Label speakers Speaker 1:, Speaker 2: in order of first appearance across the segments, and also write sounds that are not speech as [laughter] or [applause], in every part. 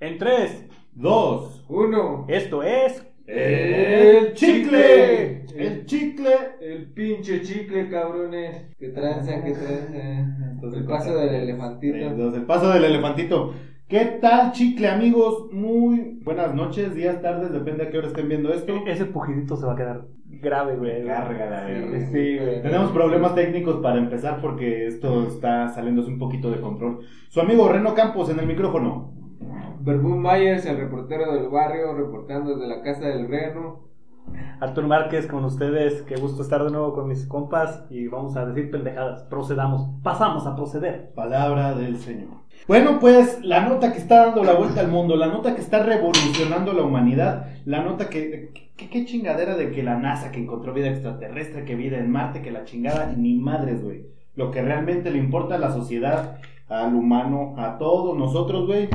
Speaker 1: En 3, 2,
Speaker 2: Uno.
Speaker 1: esto es.
Speaker 2: El chicle.
Speaker 3: El chicle.
Speaker 2: El pinche chicle, cabrones. Que tranza, que tranza. El paso del elefantito.
Speaker 3: Desde el paso del elefantito. ¿Qué tal, chicle, amigos? Muy buenas noches, días, tardes, depende a qué hora estén viendo esto.
Speaker 1: E, Ese pujidito se va a quedar grave, güey.
Speaker 3: Carga la verga.
Speaker 1: Sí, güey.
Speaker 3: Tenemos problemas técnicos para empezar porque esto está saliéndose un poquito de control. Su amigo Reno Campos en el micrófono.
Speaker 2: Verbum Myers, el reportero del barrio, reportando desde la casa del reno.
Speaker 1: Arturo Márquez con ustedes. Qué gusto estar de nuevo con mis compas. Y vamos a decir pendejadas. Procedamos. Pasamos a proceder.
Speaker 3: Palabra del Señor. Bueno, pues la nota que está dando la vuelta al mundo, la nota que está revolucionando la humanidad, la nota que... que- ¿Qué chingadera de que la NASA que encontró vida extraterrestre, que vida en Marte, que la chingada, ni madres, güey. Lo que realmente le importa a la sociedad, al humano, a todos nosotros, güey.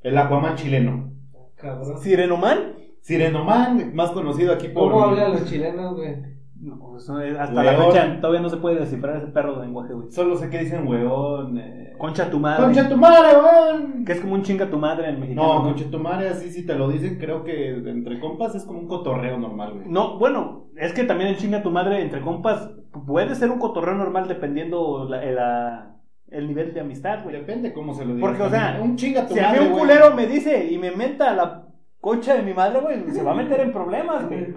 Speaker 3: El Aquaman chileno.
Speaker 2: Cabrón.
Speaker 1: ¿Sirenoman?
Speaker 3: Sirenoman, más conocido aquí por...
Speaker 2: ¿Cómo hablan los chilenos, güey?
Speaker 1: No, eso es- hasta la
Speaker 3: Weón.
Speaker 1: fecha todavía no se puede descifrar ese perro de lenguaje, güey.
Speaker 3: Solo sé que dicen huevón. eh,
Speaker 1: Concha tu madre.
Speaker 3: Concha tu madre, huevón.
Speaker 1: Que es como un chinga tu madre en mexicano.
Speaker 3: No, concha tu madre, así si te lo dicen, creo que entre compas es como un cotorreo normal, güey.
Speaker 1: No, bueno, es que también en chinga tu madre entre compas puede ser un cotorreo normal dependiendo la- eh, la- el nivel de amistad, güey.
Speaker 3: Depende cómo se lo digas.
Speaker 1: Porque, o sea,
Speaker 3: un chinga tu
Speaker 1: Si a mí
Speaker 3: madre.
Speaker 1: un
Speaker 3: güey.
Speaker 1: culero me dice y me menta la concha de mi madre, güey, se va a meter en problemas, güey.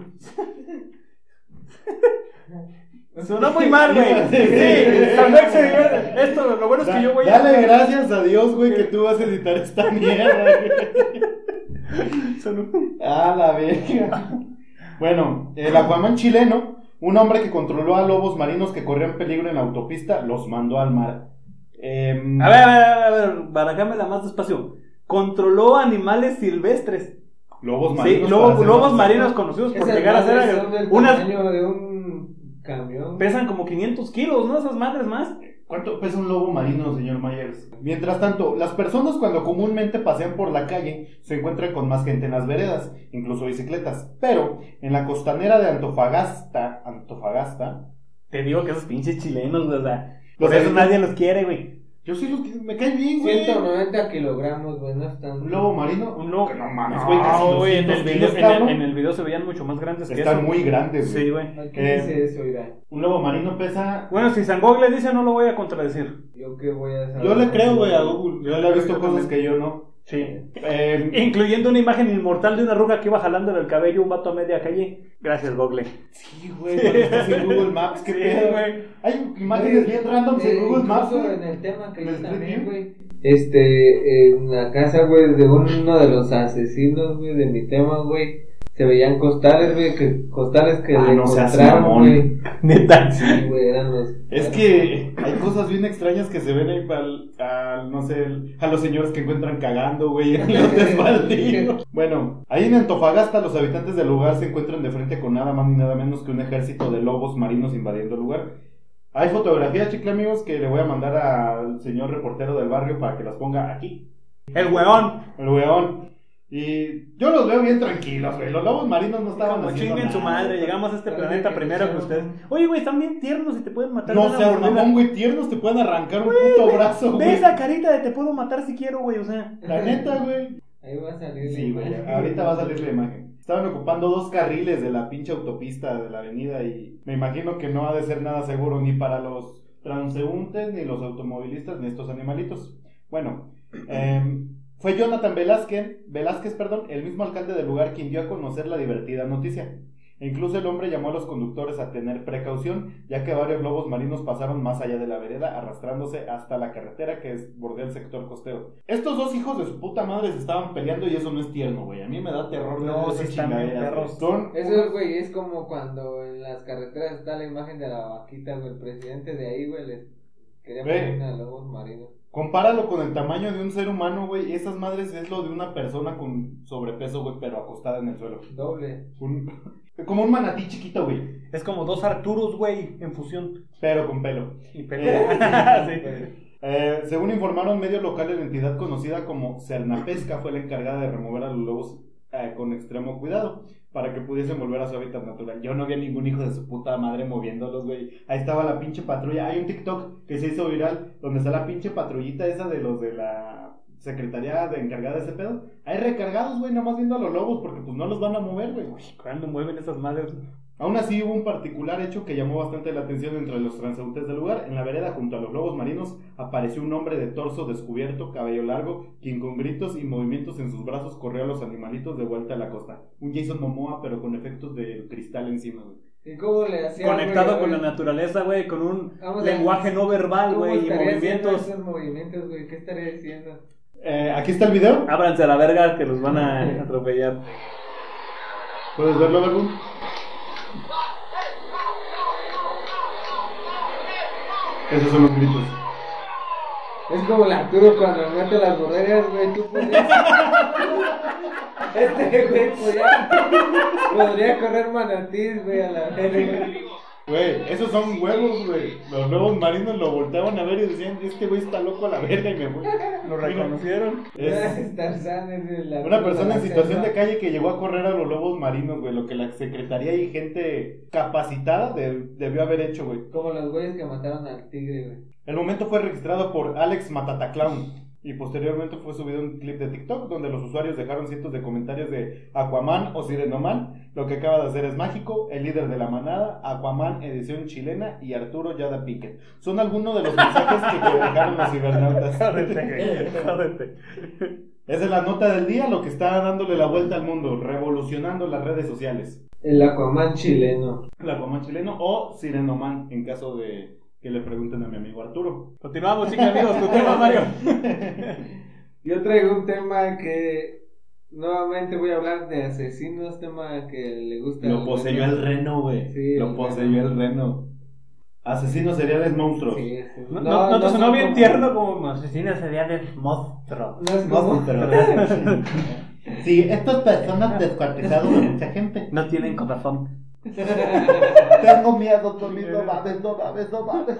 Speaker 1: Sonó muy mal,
Speaker 3: [laughs]
Speaker 1: güey. [laughs] Sí, sonó excelente. Esto, lo bueno es que
Speaker 3: Da-
Speaker 1: yo voy a...
Speaker 3: Dale gracias a Dios, güey, que tú vas a editar esta [laughs] mierda, güey.
Speaker 1: Sonó-
Speaker 3: A la verga. Bueno, el Aquaman chileno, un hombre que controló a lobos marinos que corrían peligro en la autopista, los mandó al mar. Em,
Speaker 1: A ver, a ver, a ver, a ver, barajámela más despacio. Controló animales silvestres.
Speaker 3: Lobos
Speaker 1: Sí,
Speaker 3: marinos. para
Speaker 1: lobos,
Speaker 3: ser
Speaker 1: lobos
Speaker 3: más
Speaker 1: marinos conocidos por
Speaker 2: Esas
Speaker 1: llegar a ser
Speaker 2: madres son del
Speaker 1: unas
Speaker 2: tamaño de un camión.
Speaker 1: Pesan como 500 kilos, ¿no? Esas madres más.
Speaker 3: ¿Cuánto pesa un lobo marino, señor Myers? Mientras tanto, las personas cuando comúnmente pasean por la calle se encuentran con más gente en las veredas, incluso bicicletas. Pero en la costanera de Antofagasta, Antofagasta,
Speaker 1: Te digo que esos pinches chilenos, güey, o sea,
Speaker 3: Los
Speaker 1: por eso
Speaker 3: de-
Speaker 1: nadie los quiere, güey.
Speaker 3: yo sí los que me cae bien, güey.
Speaker 2: 190 kilogramos, güey, no es tanto.
Speaker 3: Un lobo marino,
Speaker 1: Un lobo-
Speaker 3: que no mames,
Speaker 1: No,
Speaker 3: güey, casi
Speaker 1: Ah, güey, en
Speaker 3: 200
Speaker 1: el, video,
Speaker 3: kilos,
Speaker 1: en, el,
Speaker 3: cabrón.
Speaker 1: en el video se veían mucho más grandes que
Speaker 3: Están
Speaker 1: eso.
Speaker 3: muy grandes, güey.
Speaker 1: Sí, güey.
Speaker 2: ¿A ¿Qué
Speaker 3: Eh.
Speaker 2: dice eso, Ira?
Speaker 3: Un lobo marino pesa.
Speaker 1: Bueno, si San Google dice, no lo voy a contradecir.
Speaker 2: Yo qué voy a saber.
Speaker 3: Yo le creo, güey, a Google. Yo le he visto
Speaker 1: Yo
Speaker 3: cosas
Speaker 1: también.
Speaker 3: que yo
Speaker 1: [laughs]
Speaker 3: no.
Speaker 1: Sí.
Speaker 3: Em,
Speaker 1: Incluyendo una imagen inmortal de una arruga que iba jalándole el cabello un vato a media calle. Gracias, Google.
Speaker 3: sí, güey, cuando estás en Google Maps, qué
Speaker 1: Sí,
Speaker 3: pedo,
Speaker 1: güey.
Speaker 3: Hay imágenes bien randoms
Speaker 2: Eh,
Speaker 3: en Google Maps,
Speaker 2: incluso
Speaker 3: güey.
Speaker 2: En el tema que
Speaker 3: ¿En
Speaker 2: yo
Speaker 3: el
Speaker 2: también,
Speaker 3: Street
Speaker 2: güey. Este, en la casa, güey, de uno de los asesinos, güey, de mi tema, güey. Se veían costales, güey, que costales que
Speaker 3: Ah,
Speaker 2: le
Speaker 3: no seas
Speaker 2: encontraron,
Speaker 3: mamón.
Speaker 2: güey.
Speaker 1: Neta.
Speaker 2: Sí, güey, eran los.
Speaker 3: Es que hay cosas bien extrañas que se ven ahí pa'l- al, no sé, el- a los señores que encuentran cagando, güey, en
Speaker 1: [laughs]
Speaker 3: los desvalidos. Bueno, ahí en Antofagasta los habitantes del lugar se encuentran de frente con nada más ni nada menos que un ejército de lobos marinos invadiendo el lugar. Hay fotografías, chicle amigos, que le voy a mandar al señor reportero del barrio para que las ponga aquí,
Speaker 1: El weón.
Speaker 3: el weón. Y yo los veo bien tranquilos, güey. Los lobos marinos no estaban
Speaker 1: Como
Speaker 3: haciendo
Speaker 1: chinguen su
Speaker 3: nada.
Speaker 1: madre. Llegamos a este
Speaker 2: Dale,
Speaker 1: planeta
Speaker 2: que
Speaker 1: primero que
Speaker 2: sea.
Speaker 1: ustedes. Oye, güey, están bien tiernos y te pueden matar. de
Speaker 3: No
Speaker 1: una
Speaker 3: seas
Speaker 1: mordida.
Speaker 3: mamón, güey. Tiernos te pueden arrancar un puto brazo,
Speaker 1: Ve
Speaker 3: güey.
Speaker 1: esa carita de te puedo matar si quiero, güey, o sea.
Speaker 3: La neta, güey.
Speaker 2: Ahí va a salir.
Speaker 3: Sí,
Speaker 2: la
Speaker 3: güey.
Speaker 2: imagen.
Speaker 3: Ahorita va a salir la imagen. Estaban ocupando dos carriles de la pinche autopista de la avenida y me imagino que no ha de ser nada seguro ni para los transeúntes, ni los automovilistas, ni estos animalitos. Bueno, em, fue Jonathan Velázquez, Velázquez, perdón, el mismo alcalde del lugar quien dio a conocer la divertida noticia. E incluso el hombre llamó a los conductores a tener precaución, ya que varios lobos marinos pasaron más allá de la vereda, arrastrándose hasta la carretera que es- bordea el sector costero. Estos dos hijos de su puta madre se estaban peleando y eso no es tierno, güey. A mí me da terror ver
Speaker 1: No, sí
Speaker 3: esas
Speaker 1: están bien
Speaker 3: chingaderas,
Speaker 1: perros.
Speaker 3: güey. Son-
Speaker 2: Eso, güey, es como cuando en las carreteras está la imagen de la vaquita, güey. El presidente de ahí, güey, les quería
Speaker 3: Güey.
Speaker 2: poner a lobos marinos.
Speaker 3: Compáralo con el tamaño de un ser humano, güey. Esas madres es lo de una persona con sobrepeso, güey, pero acostada en el suelo. [laughs]
Speaker 2: Doble.
Speaker 3: Un- Como un manatí chiquito, güey,
Speaker 1: Es como dos Arturos, güey, en fusión.
Speaker 3: pero con pelo.
Speaker 1: Y
Speaker 3: pelea.
Speaker 1: sí.
Speaker 3: Eh, según informaron medios locales, la entidad conocida como Cernapesca fue la encargada de remover a los lobos eh, con extremo cuidado para que pudiesen volver a su hábitat natural. Yo no vi a ningún hijo de su puta madre moviéndolos, güey. Ahí estaba la pinche patrulla. Hay un TikTok que se hizo viral donde está la pinche patrullita esa de los de la secretaría de encargada de ese pedo, hay recargados, güey, nomás viendo a los lobos porque pues no los van a mover, güey.
Speaker 4: Uy, ¿Cuándo mueven esas madres?
Speaker 3: Aún así hubo un particular hecho que llamó bastante la atención entre los transeúntes del lugar. En la vereda junto a los lobos marinos apareció un hombre de torso descubierto, cabello largo, quien con gritos y movimientos en sus brazos corrió a los animalitos de vuelta a la costa. Un Jason Momoa pero con efectos de cristal encima, güey.
Speaker 2: ¿Y cómo le hacía?
Speaker 4: Conectado
Speaker 2: güey?
Speaker 4: con la
Speaker 2: Oye,
Speaker 4: naturaleza, güey, con un
Speaker 2: Vamos a-
Speaker 4: lenguaje no verbal,
Speaker 2: ¿cómo
Speaker 4: güey, y
Speaker 2: estaría haciendo
Speaker 4: movimientos.
Speaker 2: Esos movimientos, güey, ¿qué estaría diciendo?
Speaker 3: Eh, aquí está el video.
Speaker 4: Ábranse a la verga que los van [laughs] a atropellar.
Speaker 3: ¿Puedes verlo, Vergu? Esos son los gritos.
Speaker 2: Es como el Arturo cuando mete las borregas, güey, tú podrías... este güey podría... podría correr manatís, güey, a la verga.
Speaker 3: Güey, esos son huevos, güey. Los lobos marinos lo volteaban a ver y decían, este güey está loco a la verga y me voy.
Speaker 4: Lo reconocieron.
Speaker 2: [laughs]
Speaker 3: Es-
Speaker 4: [laughs]
Speaker 2: Es Tarzán, es el Arturo
Speaker 3: Una persona en
Speaker 2: de la
Speaker 3: situación de
Speaker 2: selva.
Speaker 3: calle que llegó a correr a los lobos marinos, güey, lo que la secretaría y gente capacitada de- debió haber hecho, güey.
Speaker 2: Como los güeyes que mataron al tigre, güey.
Speaker 3: El momento fue registrado por Alex Matataclown y posteriormente fue subido un clip de TikTok donde los usuarios dejaron cientos de comentarios de Aquaman o Sirenoman, lo que acaba de hacer es mágico, el líder de la manada, Aquaman edición chilena y Arturo Yada Piquet. Son algunos de los mensajes que te dejaron los cibernautas.
Speaker 4: Jódete, güey, jódete.
Speaker 3: Esa es la nota del día, lo que está dándole la vuelta al mundo, revolucionando las redes sociales.
Speaker 2: El Aquaman chileno.
Speaker 3: El Aquaman chileno o Sirenoman, en caso de que le pregunten a mi amigo Arturo.
Speaker 4: Continuamos, chicos, amigos, tu tema, Mario.
Speaker 2: Yo traigo un tema que nuevamente voy a hablar de asesinos, tema que le gusta.
Speaker 3: Lo poseyó el reno, güey.
Speaker 2: Sí,
Speaker 3: Lo
Speaker 2: el
Speaker 3: poseyó
Speaker 2: reno.
Speaker 3: el reno. Asesinos seriales monstruos.
Speaker 2: Sí, sí.
Speaker 4: No, no, no te sonó
Speaker 2: son
Speaker 4: bien
Speaker 2: como-
Speaker 4: tierno como asesina sería del monstruo.
Speaker 2: No es como... [laughs]
Speaker 3: Sí, estas personas descuartizaron a mucha gente.
Speaker 4: No tienen corazón.
Speaker 3: Tengo miedo, Tommy, no mames, no mames, no mames.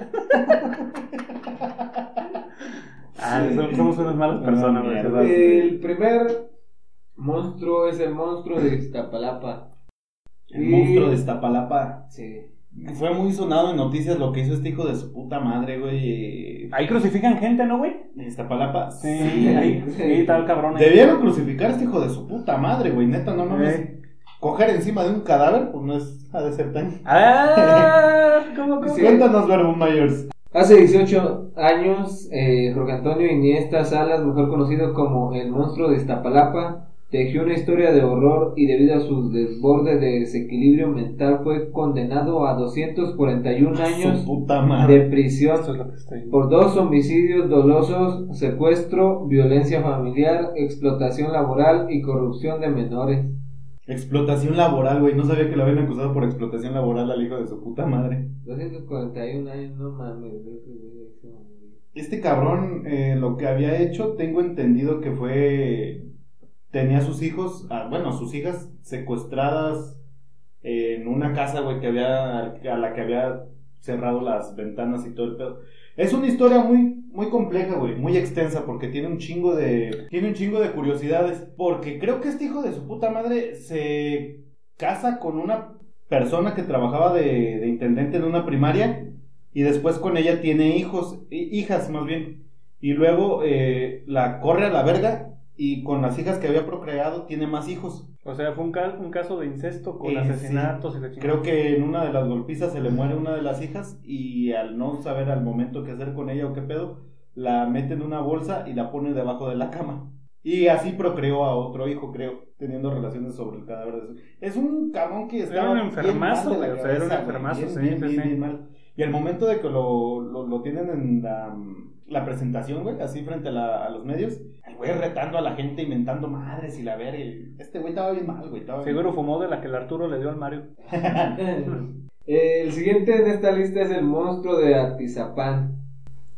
Speaker 4: Ah, son- somos unas malas
Speaker 3: No,
Speaker 4: personas, güey.
Speaker 3: mierda.
Speaker 4: ¿verdad?
Speaker 2: El primer monstruo es el monstruo de Iztapalapa.
Speaker 3: El
Speaker 2: Y-
Speaker 3: monstruo de Iztapalapa.
Speaker 2: Sí.
Speaker 3: Fue muy sonado en noticias lo que hizo este hijo de su puta madre, güey. eh,
Speaker 4: Ahí crucifican gente, ¿no, güey?
Speaker 3: En Iztapalapa.
Speaker 4: ahí. Sí, tal cabrón. ahí.
Speaker 3: Debieron crucificar a este hijo de su puta madre, güey. Neta, no mames.
Speaker 4: Eh.
Speaker 3: Coger encima de un cadáver, pues no es. Ha de ser tan.
Speaker 4: Ah, ¿cómo, cómo?
Speaker 2: Sí.
Speaker 3: Cuéntanos, Verbo Myers.
Speaker 2: Hace 18 años, eh, Jorge Antonio Iniesta Salas, mejor conocido como el monstruo de Iztapalapa, tejió una historia de horror y debido a su desborde de desequilibrio mental fue condenado a 241
Speaker 3: Su
Speaker 2: años
Speaker 3: puta
Speaker 2: de
Speaker 3: madre.
Speaker 2: prisión
Speaker 4: Eso es lo que estoy-
Speaker 2: por dos homicidios dolosos, secuestro, violencia familiar, explotación laboral y corrupción de menores.
Speaker 3: Explotación laboral, güey. No sabía que lo habían acusado por explotación laboral al hijo de su puta madre.
Speaker 2: 241 años, no mames. güey, qué güey, qué mamada.
Speaker 3: Este cabrón, eh, lo que había hecho, tengo entendido que fue. Tenía a sus hijos, ah, bueno, a sus hijas secuestradas en una casa, güey, que había, a la que había cerrado las ventanas y todo el pedo. Es una historia muy, muy compleja, güey, muy extensa, porque tiene un chingo de, tiene un chingo de curiosidades. Porque creo que este hijo de su puta madre se casa con una persona que trabajaba de, de intendente en una primaria y después con ella tiene hijos, hi- hijas más bien. Y luego eh, la corre a la verga y con las hijas que había procreado tiene más hijos.
Speaker 4: O sea, fue un, ca- un caso de incesto con
Speaker 3: Eh,
Speaker 4: asesinatos y la chingada.
Speaker 3: Creo que en una de las golpizas se le muere una de las hijas y al no saber al momento qué hacer con ella o qué pedo, la mete en una bolsa y la pone debajo de la cama. Y así procreó a otro hijo, creo, teniendo relaciones sobre el cadáver de su... Es un cabrón que
Speaker 4: Era
Speaker 3: estaba
Speaker 4: un
Speaker 3: bien
Speaker 4: enfermazo,
Speaker 3: mal de la
Speaker 4: güey, o sea, era un
Speaker 3: cabeza,
Speaker 4: enfermazo,
Speaker 3: güey,
Speaker 4: sí,
Speaker 3: bien,
Speaker 4: sí,
Speaker 3: bien,
Speaker 4: sí.
Speaker 3: bien mal. Y al momento de que lo, lo, lo tienen en la, mm, la presentación, güey, así frente a, la- a los medios, el güey retando a la gente, inventando madres y la verga. y Este güey estaba bien mal, güey. estaba bien
Speaker 4: Seguro fumó de la que el Arturo le dio al Mario.
Speaker 2: Eh, el siguiente en esta lista es el monstruo de Atizapán.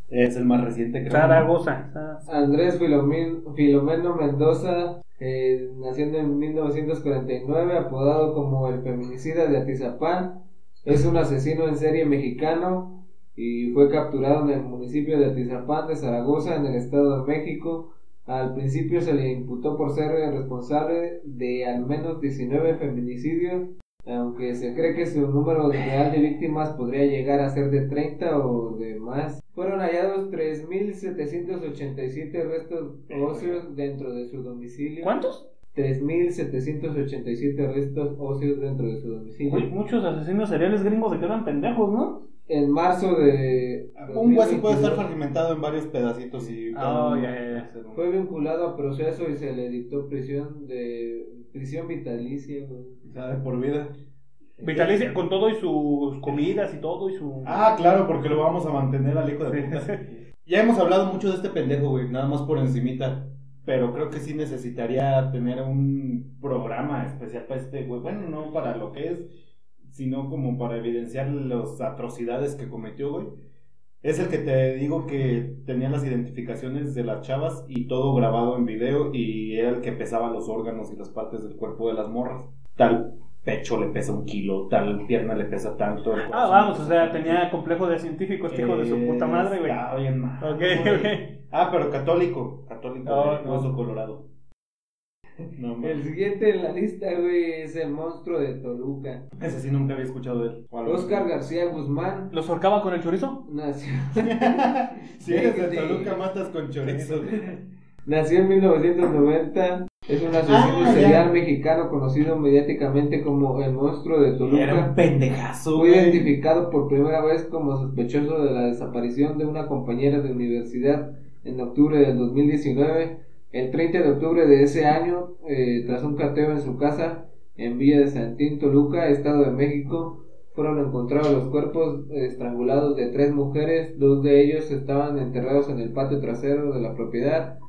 Speaker 3: Es el más reciente, creo.
Speaker 4: Zaragoza.
Speaker 2: Andrés Filomin- Filomeno Mendoza, eh, naciendo en 1949, apodado como el feminicida de Atizapán, es un asesino en serie mexicano y fue capturado en el municipio de Atizapán de Zaragoza, en el Estado de México. Al principio se le imputó por ser el responsable de al menos 19 feminicidios Aunque se cree que su número real de víctimas podría llegar a ser de 30 o de más, fueron hallados 3.787 restos óseos dentro de su domicilio.
Speaker 4: ¿Cuántos?
Speaker 2: 3.787 restos óseos dentro de su
Speaker 4: Güey,
Speaker 2: domicilio.
Speaker 4: muchos asesinos seriales gringos se quedan pendejos, ¿no?
Speaker 2: En marzo de.
Speaker 3: Un hueso puede
Speaker 2: 2022,
Speaker 3: estar fragmentado en varios pedacitos y.
Speaker 4: Ah,
Speaker 3: cada
Speaker 4: ya,
Speaker 3: uno
Speaker 4: ya, ya.
Speaker 3: ser un-
Speaker 2: Fue vinculado a proceso y se le dictó prisión de. prisión vitalicia, güey.
Speaker 3: o sea, de por vida.
Speaker 4: Vitalicia, con todo y sus comidas y todo y su... [laughs]
Speaker 3: Ah, claro, porque lo vamos a mantener al hijo de puta. Ya hemos hablado mucho de este pendejo, güey, nada más por encimita. Pero creo que sí necesitaría tener un programa especial para este güey. Bueno, no para lo que es, sino como para evidenciar las atrocidades que cometió, güey. Es el que te digo que tenía las identificaciones de las chavas y todo grabado en video y era el que pesaba los órganos y las partes del cuerpo de las morras. Tal pecho le pesa un kilo, tal pierna le pesa tanto. el
Speaker 4: Ah,
Speaker 3: corazón
Speaker 4: vamos,
Speaker 3: le
Speaker 4: o
Speaker 3: pesa
Speaker 4: sea,
Speaker 3: tanto.
Speaker 4: tenía complejo de científico este hijo de su puta madre, güey.
Speaker 3: Está bien mal,
Speaker 4: Ok,
Speaker 3: güey.
Speaker 4: ok.
Speaker 3: Ah, pero católico. Católico
Speaker 4: Oh,
Speaker 3: de
Speaker 4: no.
Speaker 3: hueso colorado. No,
Speaker 2: El
Speaker 3: mames.
Speaker 2: siguiente en la lista, güey, es el monstruo de Toluca.
Speaker 3: Ese sí nunca había escuchado de él. O algo
Speaker 2: Oscar
Speaker 3: así.
Speaker 2: García Guzmán
Speaker 4: ¿Los horcaba con el chorizo?
Speaker 2: nació. [laughs]
Speaker 3: Si eres de
Speaker 2: Sí.
Speaker 3: Toluca, matas con chorizo.
Speaker 2: Nació en 1990. Es un asesino
Speaker 3: Ah, ya.
Speaker 2: serial mexicano conocido mediáticamente como el monstruo de Toluca.
Speaker 3: pendejazo,
Speaker 2: Fue identificado por primera vez como sospechoso de la desaparición de una compañera de universidad en octubre del 2019. El 30 de octubre de ese año, eh, tras un cateo en su casa en Villa de Santín, Toluca, Estado de México, fueron encontrados los cuerpos eh, estrangulados de tres mujeres. Dos de ellos estaban enterrados en el patio trasero de la propiedad,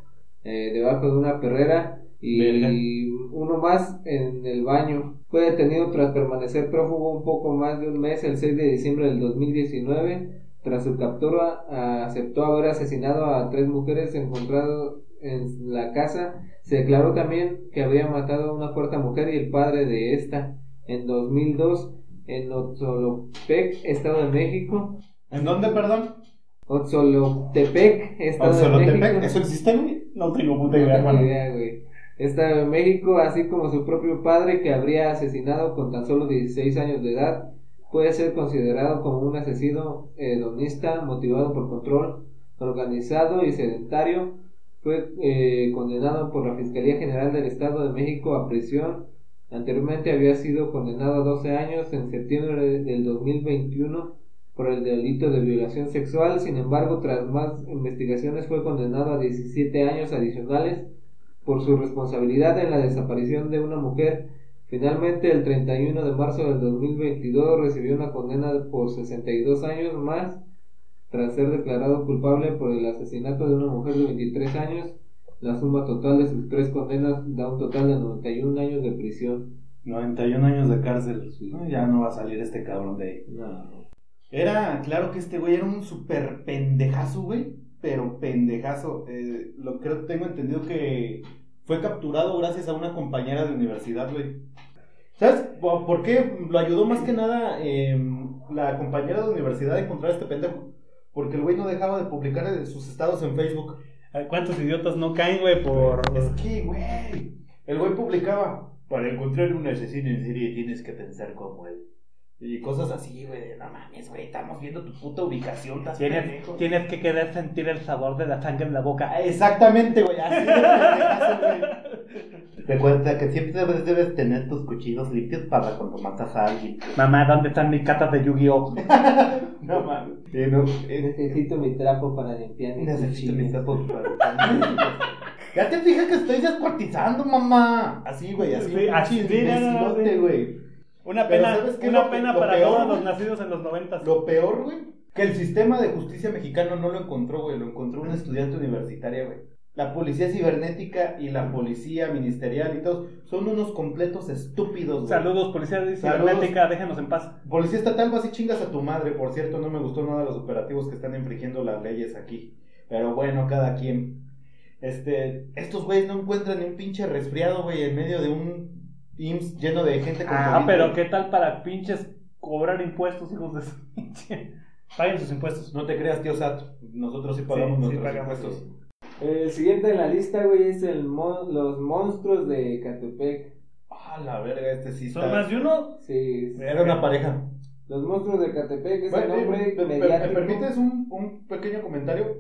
Speaker 2: eh, debajo de una perrera, y
Speaker 3: Verga.
Speaker 2: y uno más en el baño. Fue detenido tras permanecer prófugo un poco más de un mes el 6 de diciembre del 2019. Tras su captura a- aceptó haber asesinado a tres mujeres encontradas en la casa. Se declaró también que habría matado a una cuarta mujer y el padre de esta en 2002 en Otzolotepec, Estado de México.
Speaker 3: ¿En dónde, perdón?
Speaker 2: Otzolotepec, Estado de México.
Speaker 3: Oxolotepec. ¿Eso existe, güey? No tengo puta idea,
Speaker 2: No tengo
Speaker 3: hermano.
Speaker 2: idea, güey. Esta de México, así como su propio padre que habría asesinado con tan solo 16 años de edad, puede ser considerado como un asesino hedonista motivado por control organizado y sedentario. Fue eh, condenado por la Fiscalía General del Estado de México a prisión. Anteriormente había sido condenado a 12 años en septiembre de- del 2021 por el delito de violación sexual. Sin embargo, tras más investigaciones fue condenado a 17 años adicionales por su responsabilidad en la desaparición de una mujer. Finalmente, el 31 de marzo del 2022 recibió una condena por 62 años más tras ser declarado culpable por el asesinato de una mujer de 23 años. La suma total de sus tres condenas da un total de 91 años de prisión.
Speaker 3: 91 años de cárcel. pues, No, ya no va a salir este cabrón de ahí. Era, claro que este güey era un súper pendejazo, güey. Pero pendejazo. Eh, lo creo tengo entendido que fue capturado gracias a una compañera de universidad, güey. ¿Sabes po- por qué? Lo ayudó más que nada eh, la compañera de universidad a encontrar a este pendejo. Porque el güey no dejaba de publicar eh, sus estados en Facebook.
Speaker 4: ¿Cuántos idiotas no caen, güey, por...
Speaker 3: Es que, güey. El güey publicaba. Para encontrar un asesino en serie tienes que pensar como él. Y cosas así, güey. No mames, güey. Estamos viendo tu puta ubicación. estás
Speaker 4: Tienes,
Speaker 3: pendejo.
Speaker 4: tienes que querer sentir el sabor de la sangre en la boca.
Speaker 3: Ah, Exactamente, güey. Así de pendejazo, güey. Recuerda que siempre debes, debes tener tus cuchillos limpios para cuando matas a alguien.
Speaker 4: Mamá, ¿dónde están mis cartas de Yu-Gi-Oh?
Speaker 3: No mames. Eh, no, eh,
Speaker 2: Necesito mi trapo para limpiar mi
Speaker 3: necesito
Speaker 2: cuchillo.
Speaker 3: mis tapos [laughs] para- Ya te fijas que estoy descuartizando, mamá. Así, güey, así.
Speaker 4: Sí, así, sí, no, no, no,
Speaker 3: Imbécilote,
Speaker 4: sí.
Speaker 3: güey.
Speaker 4: Una
Speaker 3: Pero
Speaker 4: pena,
Speaker 3: ¿sabes qué?
Speaker 4: una
Speaker 3: Lo-
Speaker 4: pena
Speaker 3: lo
Speaker 4: para
Speaker 3: peor,
Speaker 4: todos
Speaker 3: güey.
Speaker 4: los nacidos en los noventas.
Speaker 3: Lo peor, güey, que el sistema de justicia mexicano no lo encontró, güey, lo encontró una estudiante universitaria, güey. La policía cibernética y la policía ministerial y todos son unos completos estúpidos, güey.
Speaker 4: Saludos, policía de
Speaker 3: Saludos.
Speaker 4: cibernética, déjenos en paz.
Speaker 3: Policía estatal, vas y chingas a tu madre, por cierto, no me gustó nada los operativos que están infringiendo las leyes aquí. Pero bueno, cada quien. Este, estos güeyes no encuentran ni un pinche resfriado, güey, en medio de un IMSS lleno de gente con
Speaker 4: Ah,
Speaker 3: COVID,
Speaker 4: pero
Speaker 3: güey.
Speaker 4: ¿qué tal para pinches cobrar impuestos, hijos de su [laughs] pinche? Paguen sus impuestos.
Speaker 3: No te creas, tío Sato, nosotros sí pagamos
Speaker 4: Sí, sí
Speaker 3: nuestros
Speaker 4: pagamos,
Speaker 3: impuestos.
Speaker 2: El siguiente en la lista, güey, es el mon- los monstruos de Catepec.
Speaker 3: Ah,
Speaker 5: A la verga, este sí
Speaker 4: ¿Son
Speaker 5: está.
Speaker 4: más de uno?
Speaker 2: Sí. sí.
Speaker 5: Era una pareja.
Speaker 2: Los monstruos de Catepec es
Speaker 3: Bueno,
Speaker 2: el nombre
Speaker 3: eh, per- per-
Speaker 2: mediático.
Speaker 3: ¿Me permites un, un pequeño comentario?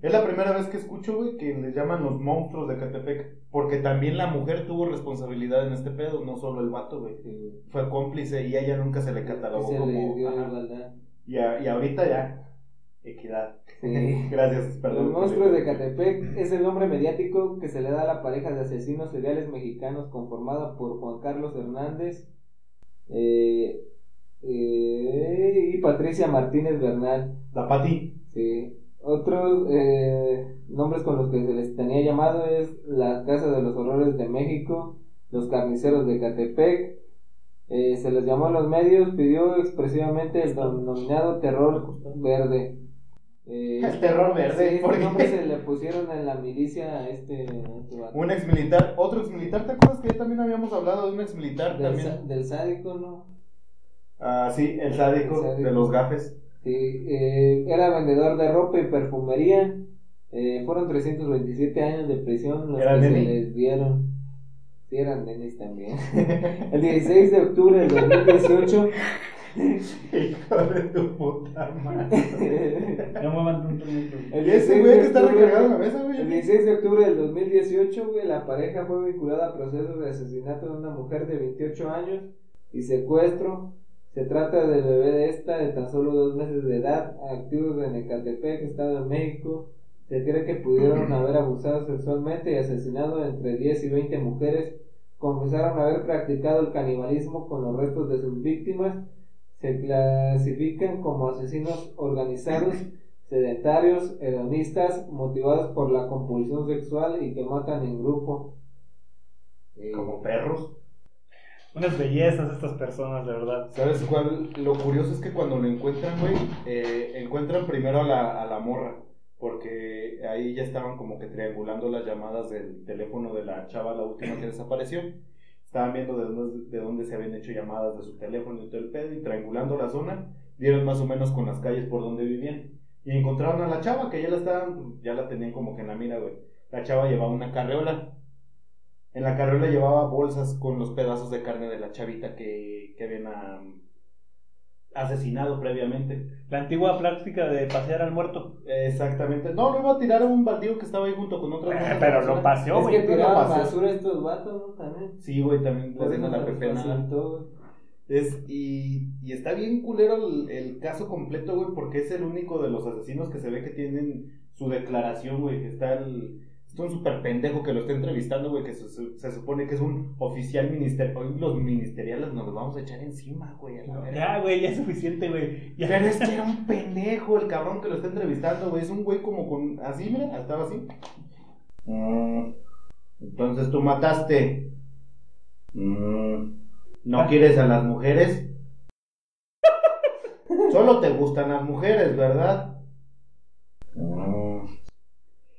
Speaker 3: Es la primera vez que escucho, güey, que les llaman los monstruos de Catepec. Porque también la mujer tuvo responsabilidad en este pedo, no solo el vato, güey.
Speaker 2: Sí.
Speaker 3: Fue cómplice y a ella nunca se le catalogó
Speaker 2: Se le
Speaker 3: como.
Speaker 2: dio
Speaker 3: Ajá. [laughs]
Speaker 2: igualdad.
Speaker 3: Y, a- y ahorita ya. Equidad.
Speaker 2: Sí.
Speaker 3: Gracias, perdón.
Speaker 2: Los monstruos de Catepec es el nombre mediático que se le da a la pareja de asesinos seriales mexicanos conformada por Juan Carlos Hernández eh, eh, y Patricia Martínez Bernal.
Speaker 3: La Pati.
Speaker 2: Sí. Otros eh, nombres con los que se les tenía llamado es la Casa de los Horrores de México, los Carniceros de Catepec. eh, se les llamó a los medios, pidió expresivamente el denominado terror verde. Eh,
Speaker 3: El terror
Speaker 2: Sí,
Speaker 3: verde.
Speaker 2: este
Speaker 3: porque
Speaker 2: nombre se le pusieron en la milicia a este, a este vato.
Speaker 3: [laughs] Un ex militar. Otro ex militar, ¿te acuerdas que ya también habíamos hablado de un ex militar
Speaker 2: del, sa-
Speaker 3: también?
Speaker 2: del sádico, ¿no?
Speaker 3: Ah, sí, el sádico,
Speaker 2: El sádico.
Speaker 3: de los gafes. [laughs]
Speaker 2: Sí, eh, era vendedor de ropa y perfumería. Eh, fueron 327 años de prisión los
Speaker 3: ¿Era
Speaker 2: que
Speaker 3: nene?
Speaker 2: se les dieron. Sí, eran nenes también. [laughs] El 16 de octubre del 2018.
Speaker 3: Hijo de tu puta madre.
Speaker 2: el
Speaker 4: No muevan tanto el micro.
Speaker 3: [laughs] Ese güey que está
Speaker 2: octubre-
Speaker 3: recargado en la mesa,
Speaker 2: El
Speaker 3: güey.
Speaker 2: 16 de octubre del 2018, güey, la pareja fue vinculada a procesos de asesinato de una mujer de 28 años y secuestro. Se trata del bebé de esta, de tan solo dos meses de edad, activos en Ecatepec, Estado de México. Se cree que pudieron haber abusado sexualmente y asesinado entre 10 y 20 mujeres. Confesaron haber practicado el canibalismo con los restos de sus víctimas. Se clasifican como asesinos organizados sedentarios, hedonistas, motivados por la compulsión sexual y que matan en grupo. Eh,
Speaker 3: Como perros.
Speaker 4: Unas bellezas estas personas, de verdad.
Speaker 3: ¿Sabes cuál? Lo curioso es que cuando lo encuentran, güey, eh, encuentran primero a la, a la morra. Porque ahí ya estaban como que triangulando las llamadas del teléfono de la chava, la última que desapareció. Estaban viendo de dónde, de dónde se habían hecho llamadas de su teléfono y todo el pedo. Y triangulando la zona, dieron más o menos con las calles por donde vivían. Y encontraron a la chava, que ya la estaban, ya la tenían como que en la mira, güey. La chava llevaba una carreola. En la carriola llevaba bolsas con los pedazos de carne de la chavita que, que habían am, asesinado previamente.
Speaker 4: La antigua práctica de pasear al muerto.
Speaker 3: Exactamente. No, lo iba a tirar a un baldío que estaba ahí junto con otro.
Speaker 4: Eh, pero lo paseó,
Speaker 2: es que
Speaker 4: güey.
Speaker 3: tú la
Speaker 2: tiraban
Speaker 3: pasas.
Speaker 2: basura estos vatos, ¿no? También.
Speaker 3: Sí, güey, también le
Speaker 2: Por
Speaker 3: den a
Speaker 2: eso
Speaker 3: la
Speaker 2: los
Speaker 3: Pepe nada.
Speaker 2: facilitó,
Speaker 3: Es, y, y está bien culero el, el caso completo, güey, porque es el único de los asesinos que se ve que tienen su declaración, güey. Está el. Está un super pendejo que lo está entrevistando, güey, que se, se- se supone que es un oficial ministerial. Hoy los ministeriales nos los vamos a echar encima, güey, a la verga.
Speaker 4: Ya, güey, ya es suficiente, güey.
Speaker 3: [laughs]
Speaker 4: Ya.
Speaker 3: Pero es que era un pendejo el cabrón que lo está entrevistando, güey. Es un güey como con. Así, mira, estaba así. Mm, Entonces tú mataste. Mm, ¿No quieres a las mujeres? Solo te gustan las mujeres, ¿verdad? Mm.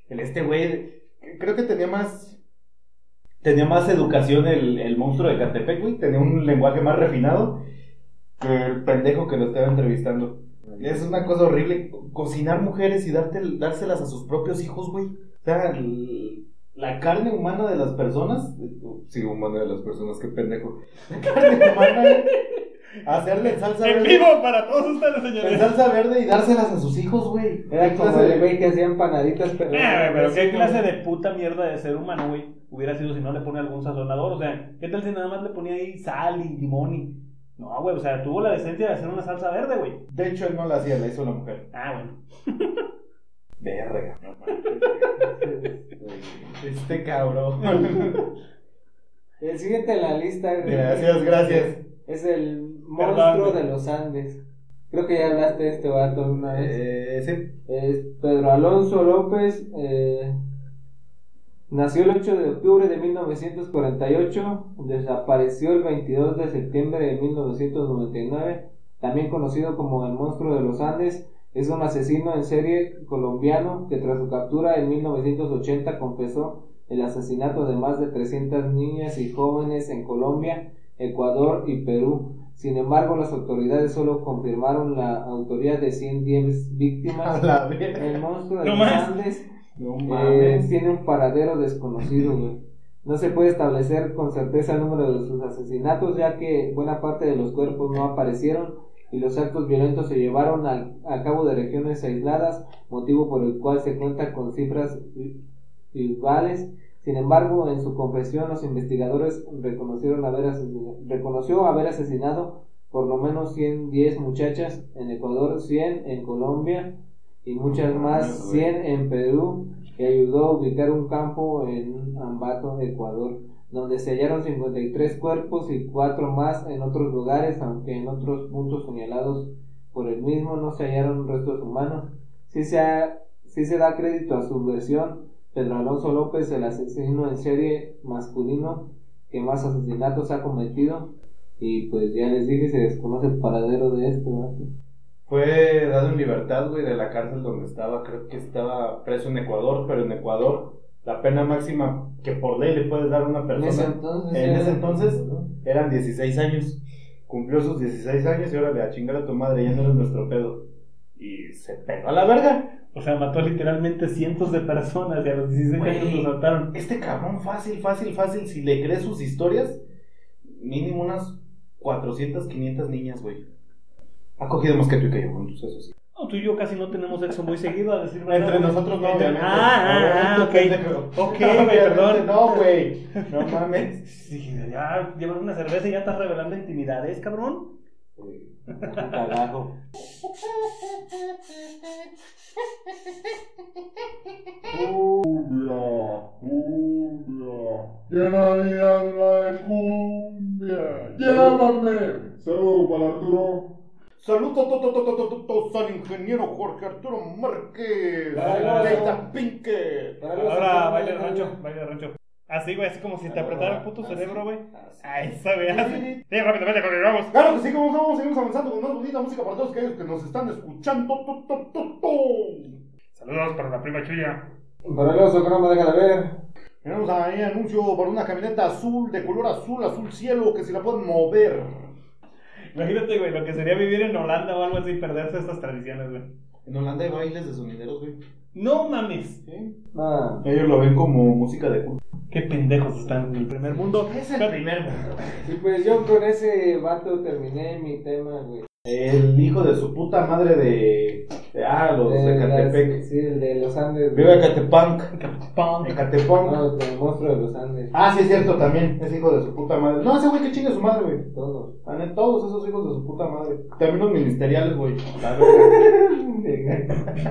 Speaker 3: El este güey. Creo que tenía más. Tenía más educación el, el monstruo de Catepec, güey. Tenía un lenguaje más refinado que el pendejo que lo estaba entrevistando. Es una cosa horrible co- cocinar mujeres y darte, dárselas a sus propios hijos, güey. O sea, el- la carne humana de las personas. Sí, humana de las personas, qué pendejo. La carne humana, güey, hacerle salsa
Speaker 4: En
Speaker 3: verde.
Speaker 4: vivo para todos ustedes, [laughs]
Speaker 3: en
Speaker 4: señores.
Speaker 3: salsa verde y dárselas a sus hijos, güey.
Speaker 2: Era
Speaker 3: ¿Qué
Speaker 2: como
Speaker 3: clase
Speaker 2: el güey que hacía empanaditas, pero.
Speaker 4: Eh, pero qué
Speaker 2: Sí,
Speaker 4: clase de puta mierda de ser humano, güey, hubiera sido si no le pone algún sazonador. O sea, ¿qué tal si nada más le ponía ahí sal y limón y. No, güey, o sea, tuvo la decencia de hacer una salsa verde, güey.
Speaker 3: De hecho, él no la hacía, la hizo la mujer.
Speaker 4: Ah, bueno.
Speaker 3: Verga, no mames.
Speaker 2: güey.
Speaker 3: Este [laughs] cabrón.
Speaker 2: El siguiente en la lista, güey,
Speaker 3: gracias, gracias.
Speaker 2: Es el monstruo
Speaker 4: Perdón, güey.
Speaker 2: de los Andes. Creo que ya hablaste de este vato una vez.
Speaker 3: Eh, sí.
Speaker 2: Es Pedro Alonso López eh, nació el 8 de octubre de 1948, desapareció el 22 de septiembre de 1999, también conocido como el monstruo de los Andes. Es un asesino en serie colombiano que tras su captura en 1980 confesó el asesinato de más de 300 niñas y jóvenes en Colombia, Ecuador y Perú. Sin embargo, las autoridades solo confirmaron la autoría de 110 víctimas.
Speaker 3: A [laughs] la verga.
Speaker 2: El monstruo de
Speaker 4: No
Speaker 2: los
Speaker 4: más.
Speaker 2: Andes
Speaker 3: No
Speaker 2: eh,
Speaker 3: mames.
Speaker 2: tiene un paradero desconocido, güey. No se puede establecer con certeza el número de sus asesinatos, ya que buena parte de los cuerpos no aparecieron y los actos violentos se llevaron al- a, cabo de regiones aisladas, motivo por el cual se cuenta con cifras iguales. Sin embargo, en su confesión, los investigadores reconocieron haber asesinado, reconoció haber asesinado por lo menos 110 muchachas en Ecuador, 100 en Colombia y muchas más, 100 en Perú, que ayudó a ubicar un campo en Ambato, Ecuador, donde se hallaron 53 cuerpos y 4 más en otros lugares, aunque en otros puntos señalados por el mismo no se hallaron restos humanos. Si se, ha- sí se da crédito a su versión, Pedro Alonso López, el asesino en serie masculino que más asesinatos ha cometido, y pues ya les dije, se desconoce el paradero de esto. ¿no?
Speaker 3: Fue dado en libertad, güey, de la cárcel donde estaba. Creo que estaba preso en Ecuador, pero en Ecuador la pena máxima que por ley le puedes dar a una
Speaker 2: En ese
Speaker 3: persona
Speaker 2: entonces.
Speaker 3: En
Speaker 2: era-
Speaker 3: ese entonces, eran 16 años. Cumplió sus 16 años y ahora le a chingar a tu madre, ya no eres nuestro pedo. Y se pegó a la verga.
Speaker 1: O sea, mató literalmente cientos de personas y a los 16 años
Speaker 3: Güey.
Speaker 1: lo saltaron.
Speaker 3: Este cabrón, fácil, fácil, fácil. Si le crees sus historias, mínimo unas 400, 500 niñas, güey. Ha cogido más que tú y que yo, con tus esos.
Speaker 1: No, tú y yo casi no tenemos sexo muy seguido, a decir verdad.
Speaker 3: Entre
Speaker 1: güey.
Speaker 3: nosotros no,
Speaker 1: Entre-
Speaker 3: obviamente.
Speaker 1: Ah, ah, ah, ok.
Speaker 3: Obviamente, pendejo.
Speaker 1: Ok,
Speaker 3: No,
Speaker 1: güey, perdón.
Speaker 3: obviamente No, güey. No mames.
Speaker 1: Sí, ya llevas una cerveza y ya estás revelando intimidades, cabrón.
Speaker 2: Ah, carajo.
Speaker 6: Llena mi alma de cumbia. Llévame. Saludos para Arturo.
Speaker 3: Saludos todos al ingeniero Jorge Arturo Márquez.
Speaker 2: Saludos.
Speaker 3: Leita Pinkett.
Speaker 1: Ahora baile de rancho, baile de rancho. Así, güey, así como si te apretara el puto cerebro, güey. A esa, güey, así. Sí, rápido, vete, rápido, vamos.
Speaker 3: Claro que sí, como vamos, seguimos avanzando con más bonita música para todos aquellos que nos están escuchando. Tu, tu, tu, tu.
Speaker 1: Saludos para la prima Chuya.
Speaker 2: Para el oso, croma, déjala ver.
Speaker 3: Tenemos ahí anuncio para una camioneta azul, de color azul, azul cielo, que si la pueden mover.
Speaker 1: Imagínate, güey, lo que sería vivir en Holanda o algo así y perderse estas tradiciones, güey.
Speaker 3: En Holanda hay bailes de sonideros, güey.
Speaker 1: No mames.
Speaker 2: Ah,
Speaker 3: Ellos lo ven como música de culto.
Speaker 1: Qué pendejos están en el primer mundo.
Speaker 3: Es el primer mundo.
Speaker 2: y pues yo con ese vato terminé mi tema, güey.
Speaker 3: El hijo de su puta madre de. de- ah, los de
Speaker 2: Eh,
Speaker 3: Catepec.
Speaker 2: las- Sí, el de los Andes.
Speaker 3: Viva
Speaker 2: güey.
Speaker 3: Catepanc.
Speaker 1: Punk.
Speaker 3: Catepanc.
Speaker 2: No, el monstruo de los Andes.
Speaker 3: Ah, sí, es cierto, también. Es hijo de su puta madre. No, ese güey que chingue su madre, güey.
Speaker 2: Todo.
Speaker 3: Están en todos esos hijos de su puta madre. También los ministeriales, güey. La verga. Ah,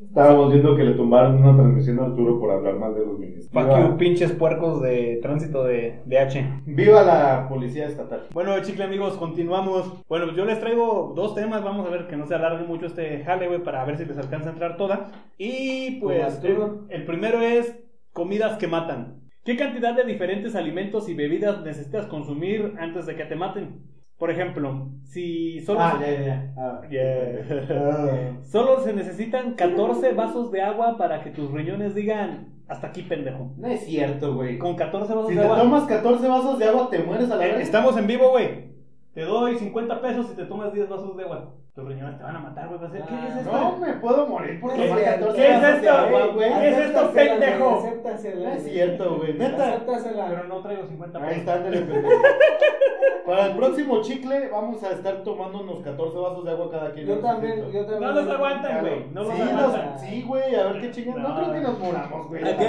Speaker 3: Estábamos viendo que le tumbaron una transmisión a Arturo por hablar mal de los
Speaker 1: Fuck
Speaker 3: ministeriales.
Speaker 1: you, pinches puercos de tránsito de, de H.
Speaker 3: Viva la policía estatal.
Speaker 1: Bueno, chicle amigos, continuamos. Bueno, pues yo les traigo dos temas. Vamos a ver que no se alargue mucho este jale, güey, para ver si les alcanza a entrar toda. Y pues,
Speaker 2: Como
Speaker 1: el,
Speaker 2: Arturo.
Speaker 1: el primero es comidas que matan. ¿Qué cantidad de diferentes alimentos y bebidas necesitas consumir antes de que te maten? Por ejemplo, si solo, se,
Speaker 3: ya, ya. Ah.
Speaker 1: Yeah. solo se necesitan 14 vasos de agua para que tus riñones digan hasta aquí, pendejo.
Speaker 3: No es cierto, güey.
Speaker 1: Con 14 vasos
Speaker 3: Si
Speaker 1: de
Speaker 3: te
Speaker 1: agua.
Speaker 3: tomas 14 vasos de agua, te mueres a la
Speaker 1: Eh,
Speaker 3: verga.
Speaker 1: Estamos en vivo, güey. Te doy 50 pesos si te tomas 10 vasos de agua. Tus riñones te van a matar, güey. Va a ser, ¿Qué
Speaker 2: Ah,
Speaker 1: es esto?
Speaker 3: No me puedo morir por
Speaker 1: ¿Qué-
Speaker 3: tomar 14
Speaker 1: qué es
Speaker 3: vasos de
Speaker 1: esto?
Speaker 3: agua, güey.
Speaker 1: ¿Qué es esto,
Speaker 2: Acéptasela, güey,
Speaker 1: pendejo?
Speaker 2: acéptasela,
Speaker 3: No es
Speaker 2: güey.
Speaker 3: cierto, güey. Neta.
Speaker 1: Pero
Speaker 2: Acéptasela.
Speaker 1: no traigo 50 pesos.
Speaker 3: Ahí está, ándale, pendejo. Para el próximo chicle vamos a estar tomándonos 14 vasos de agua cada quien.
Speaker 2: Yo también, yo también.
Speaker 1: No los aguantan,
Speaker 3: Claro.
Speaker 1: güey. No los
Speaker 3: sí,
Speaker 1: aguantan.
Speaker 3: los- sí, güey, a ver qué chingas. No,
Speaker 1: No,
Speaker 3: creo que
Speaker 1: güey.
Speaker 3: nos moramos, güey.
Speaker 1: Ok.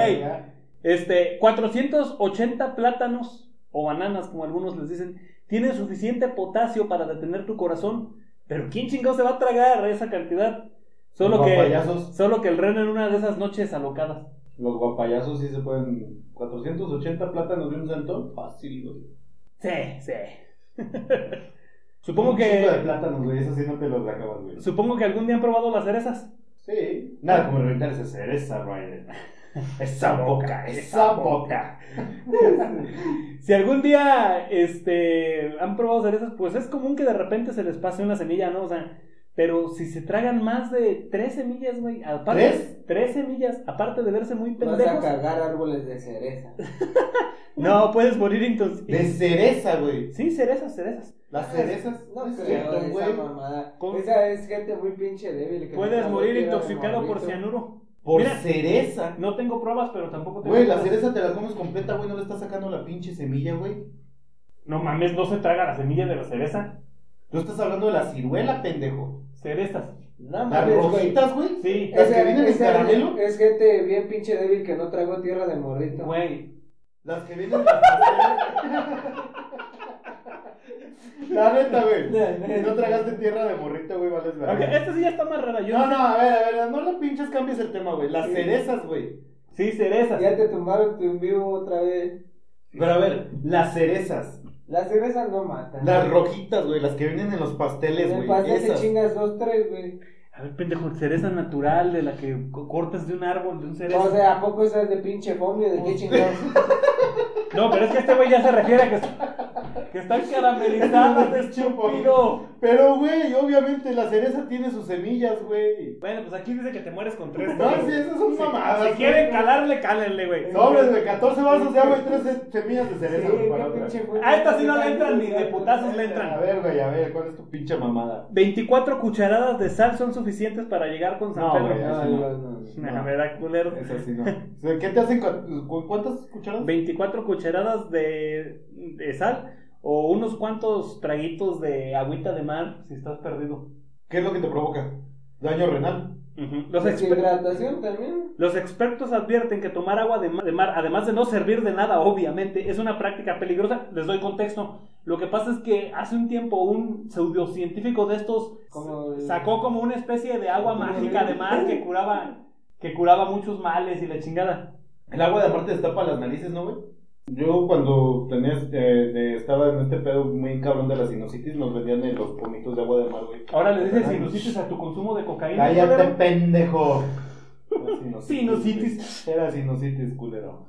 Speaker 1: Este, 480 plátanos o bananas, como algunos les dicen, tienen suficiente potasio para detener tu corazón. Pero ¿quién chingado se va a tragar esa cantidad? Solo
Speaker 3: los
Speaker 1: que,
Speaker 3: Guapayazos,
Speaker 1: solo que el reno en una de esas noches alocadas.
Speaker 3: los guapayazos sí se pueden. 480 plátanos de un centón. Fácil, güey.
Speaker 1: Sí, sí. [laughs] Supongo
Speaker 3: Un chingo de
Speaker 1: que,
Speaker 3: plátanos, güey. Eso sí no te los acabas, güey.
Speaker 1: supongo que algún día han probado las cerezas.
Speaker 3: Sí. Nada como reventar esa cereza, Ryan. Esa boca, esa boca.
Speaker 1: Si algún día este, han probado cerezas, pues es común que de repente se les pase una semilla, ¿no? O sea, pero si se tragan más de tres semillas, güey, aparte,
Speaker 3: ¿Tres?
Speaker 1: semillas, aparte de verse muy
Speaker 2: Vas a
Speaker 1: pendejos,
Speaker 2: cagar árboles
Speaker 3: [laughs]
Speaker 2: de cereza.
Speaker 1: no, puedes morir entonces.
Speaker 3: De cereza, güey.
Speaker 1: Sí, cerezas, cerezas.
Speaker 3: Las cerezas.
Speaker 2: No
Speaker 3: es
Speaker 2: creo
Speaker 3: cierto,
Speaker 2: esa
Speaker 3: güey.
Speaker 2: mamada.
Speaker 1: Con-
Speaker 2: Esa es gente muy pinche débil. que
Speaker 1: Puedes
Speaker 2: neta no
Speaker 1: morir
Speaker 2: quiere
Speaker 1: intoxicado por
Speaker 2: morrito.
Speaker 1: cianuro.
Speaker 3: Por
Speaker 1: Mira.
Speaker 3: cereza.
Speaker 1: No tengo pruebas, pero tampoco tengo.
Speaker 3: Güey, la
Speaker 1: dudas.
Speaker 3: cereza te la comes completa, güey. No le estás sacando la pinche semilla, güey.
Speaker 1: No mames, no se traga la semilla de la cereza.
Speaker 3: Tú estás hablando de la ciruela, pendejo.
Speaker 1: Cerezas.
Speaker 2: No
Speaker 3: Las
Speaker 2: mames, güey.
Speaker 3: rojitas, güey.
Speaker 1: Sí.
Speaker 3: Las que
Speaker 2: Esa-
Speaker 3: vienen en
Speaker 2: esa-
Speaker 3: caramelo.
Speaker 2: Es gente bien pinche débil que no tragó tierra de morrito.
Speaker 1: Güey.
Speaker 3: Las que vienen en pasteles. La neta, güey. Si no tragaste tierra de morrito, güey, vales verga.
Speaker 1: Ok, esta sí ya está más rara. Yo
Speaker 3: No, no, a ver, a ver, no le pinches cambies el tema, güey. Las cerezas, güey.
Speaker 1: Sí, cerezas.
Speaker 2: Ya te tumbaron tu en vivo otra vez.
Speaker 3: Pero a ver, las cerezas.
Speaker 2: Las cerezas no matan.
Speaker 3: Las rojitas, güey, las que vienen en los pasteles,
Speaker 2: En el
Speaker 3: güey.
Speaker 2: pastel te
Speaker 3: esas.
Speaker 2: chingas dos, tres, güey.
Speaker 1: A ver, pendejo, cereza natural de la que co- cortas de un árbol, de un cerezo.
Speaker 2: O sea, ¿a poco esas de pinche fomio? ¿De
Speaker 3: Pues,
Speaker 2: qué chingados?
Speaker 3: [laughs]
Speaker 1: No, pero es que este güey ya se refiere a que, que están caramelizadas,
Speaker 3: Es chupo.
Speaker 1: estúpido.
Speaker 3: Pero, güey, obviamente la cereza tiene sus semillas, güey.
Speaker 1: Bueno, pues aquí dice que te mueres con tres.
Speaker 3: No,
Speaker 1: güey.
Speaker 3: sí, esas son mamadas.
Speaker 1: Si
Speaker 3: güey.
Speaker 1: quieren calarle, cálenle, güey.
Speaker 3: Sobres de 14 vasos de agua y 3 semillas de
Speaker 2: Sí,
Speaker 3: cereza, güey, para
Speaker 2: ¿qué
Speaker 3: otra.
Speaker 2: pinche fomio?
Speaker 1: A esta sí no le entran ni de putazos le entran.
Speaker 3: A ver, güey, a ver, ¿cuál es tu pinche mamada?
Speaker 1: 24 cucharadas de sal son suficientes para llegar con San
Speaker 3: No,
Speaker 1: Pedro. Pues,
Speaker 3: güey.
Speaker 2: Ah, No, no, no.
Speaker 1: Nah,
Speaker 3: No.
Speaker 1: me da culero.
Speaker 3: Es así, ¿no? O sea, ¿Qué te hacen con con cuántas cucharadas?
Speaker 1: 24 cucharadas de, de sal o unos cuantos traguitos de agüita de mar si estás perdido.
Speaker 3: ¿Qué es lo que te provoca? Daño renal.
Speaker 1: los, exper-
Speaker 2: Deshidratación también.
Speaker 1: los expertos advierten que tomar agua de ma- de mar, además de no servir de nada, obviamente, es una práctica peligrosa. Les doy contexto. Lo que pasa es que hace un tiempo un pseudocientífico de estos
Speaker 2: Como el-
Speaker 1: sacó como una especie de agua mágica de mar que curaba, que curaba muchos males y la chingada.
Speaker 3: El agua de aparte destapa las narices, ¿no, güey? Yo cuando tenía, eh, eh, estaba en este pedo muy cabrón de la sinusitis, nos vendían eh, los pomitos de agua de mar, güey.
Speaker 1: Ahora le dices
Speaker 3: Ay,
Speaker 1: sinusitis a tu consumo de cocaína.
Speaker 3: ¡Cállate,
Speaker 1: culero.
Speaker 3: pendejo!
Speaker 1: Sinusitis.
Speaker 3: Era sinusitis, culero.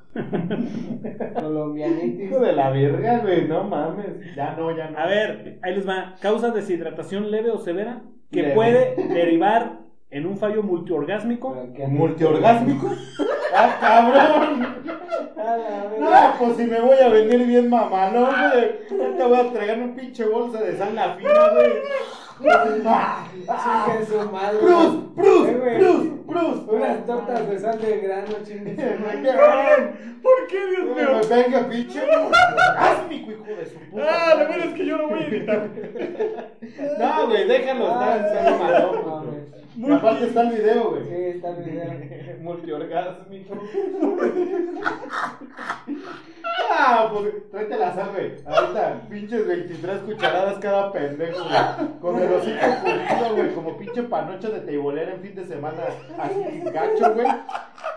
Speaker 2: Colombianitis.
Speaker 3: Hijo de la verga, güey, no mames. Ya no, ya no.
Speaker 1: A ver, ahí les va. Causa deshidratación leve o severa que
Speaker 3: Leve.
Speaker 1: puede derivar en un fallo multiorgásmico.
Speaker 3: ¿Multiorgásmico? ¡Ah, cabrón!
Speaker 2: A Ah, la
Speaker 3: No,
Speaker 2: verga.
Speaker 3: pues si me voy a venir bien mamalón, güey. Ya te voy a traer un pinche bolsa de sal la fina, güey.
Speaker 2: Chingue su madre.
Speaker 3: ¡Prus! ¡Prus!
Speaker 2: Eh, güey.
Speaker 3: ¡Prus! ¡Prus!
Speaker 2: Unas
Speaker 3: [laughs]
Speaker 2: tortas de sal de grano, chingue su madre.
Speaker 1: ¿Por qué, Dios
Speaker 3: Pues, Pero Eh, venga, pinche. Ah, ¡Cásmico, hijo de su puta!
Speaker 1: Ah,
Speaker 3: madre.
Speaker 1: que yo no voy a editar.
Speaker 3: [laughs] No, güey, déjalo
Speaker 2: Ah,
Speaker 3: estar.
Speaker 2: sí,
Speaker 3: Está
Speaker 2: no,
Speaker 3: mamalón,
Speaker 2: güey.
Speaker 3: güey. Y aparte está el video, güey.
Speaker 2: Sí, está el video.
Speaker 3: [laughs] Multiorgásmico. ah, pues tráete la sal, güey. Ahorita, pinches 23 cucharadas cada pendejo, güey. Con el hocico curtido, güey. Como pinche panocha de teibolera en fin de semana. Así, gacho, güey.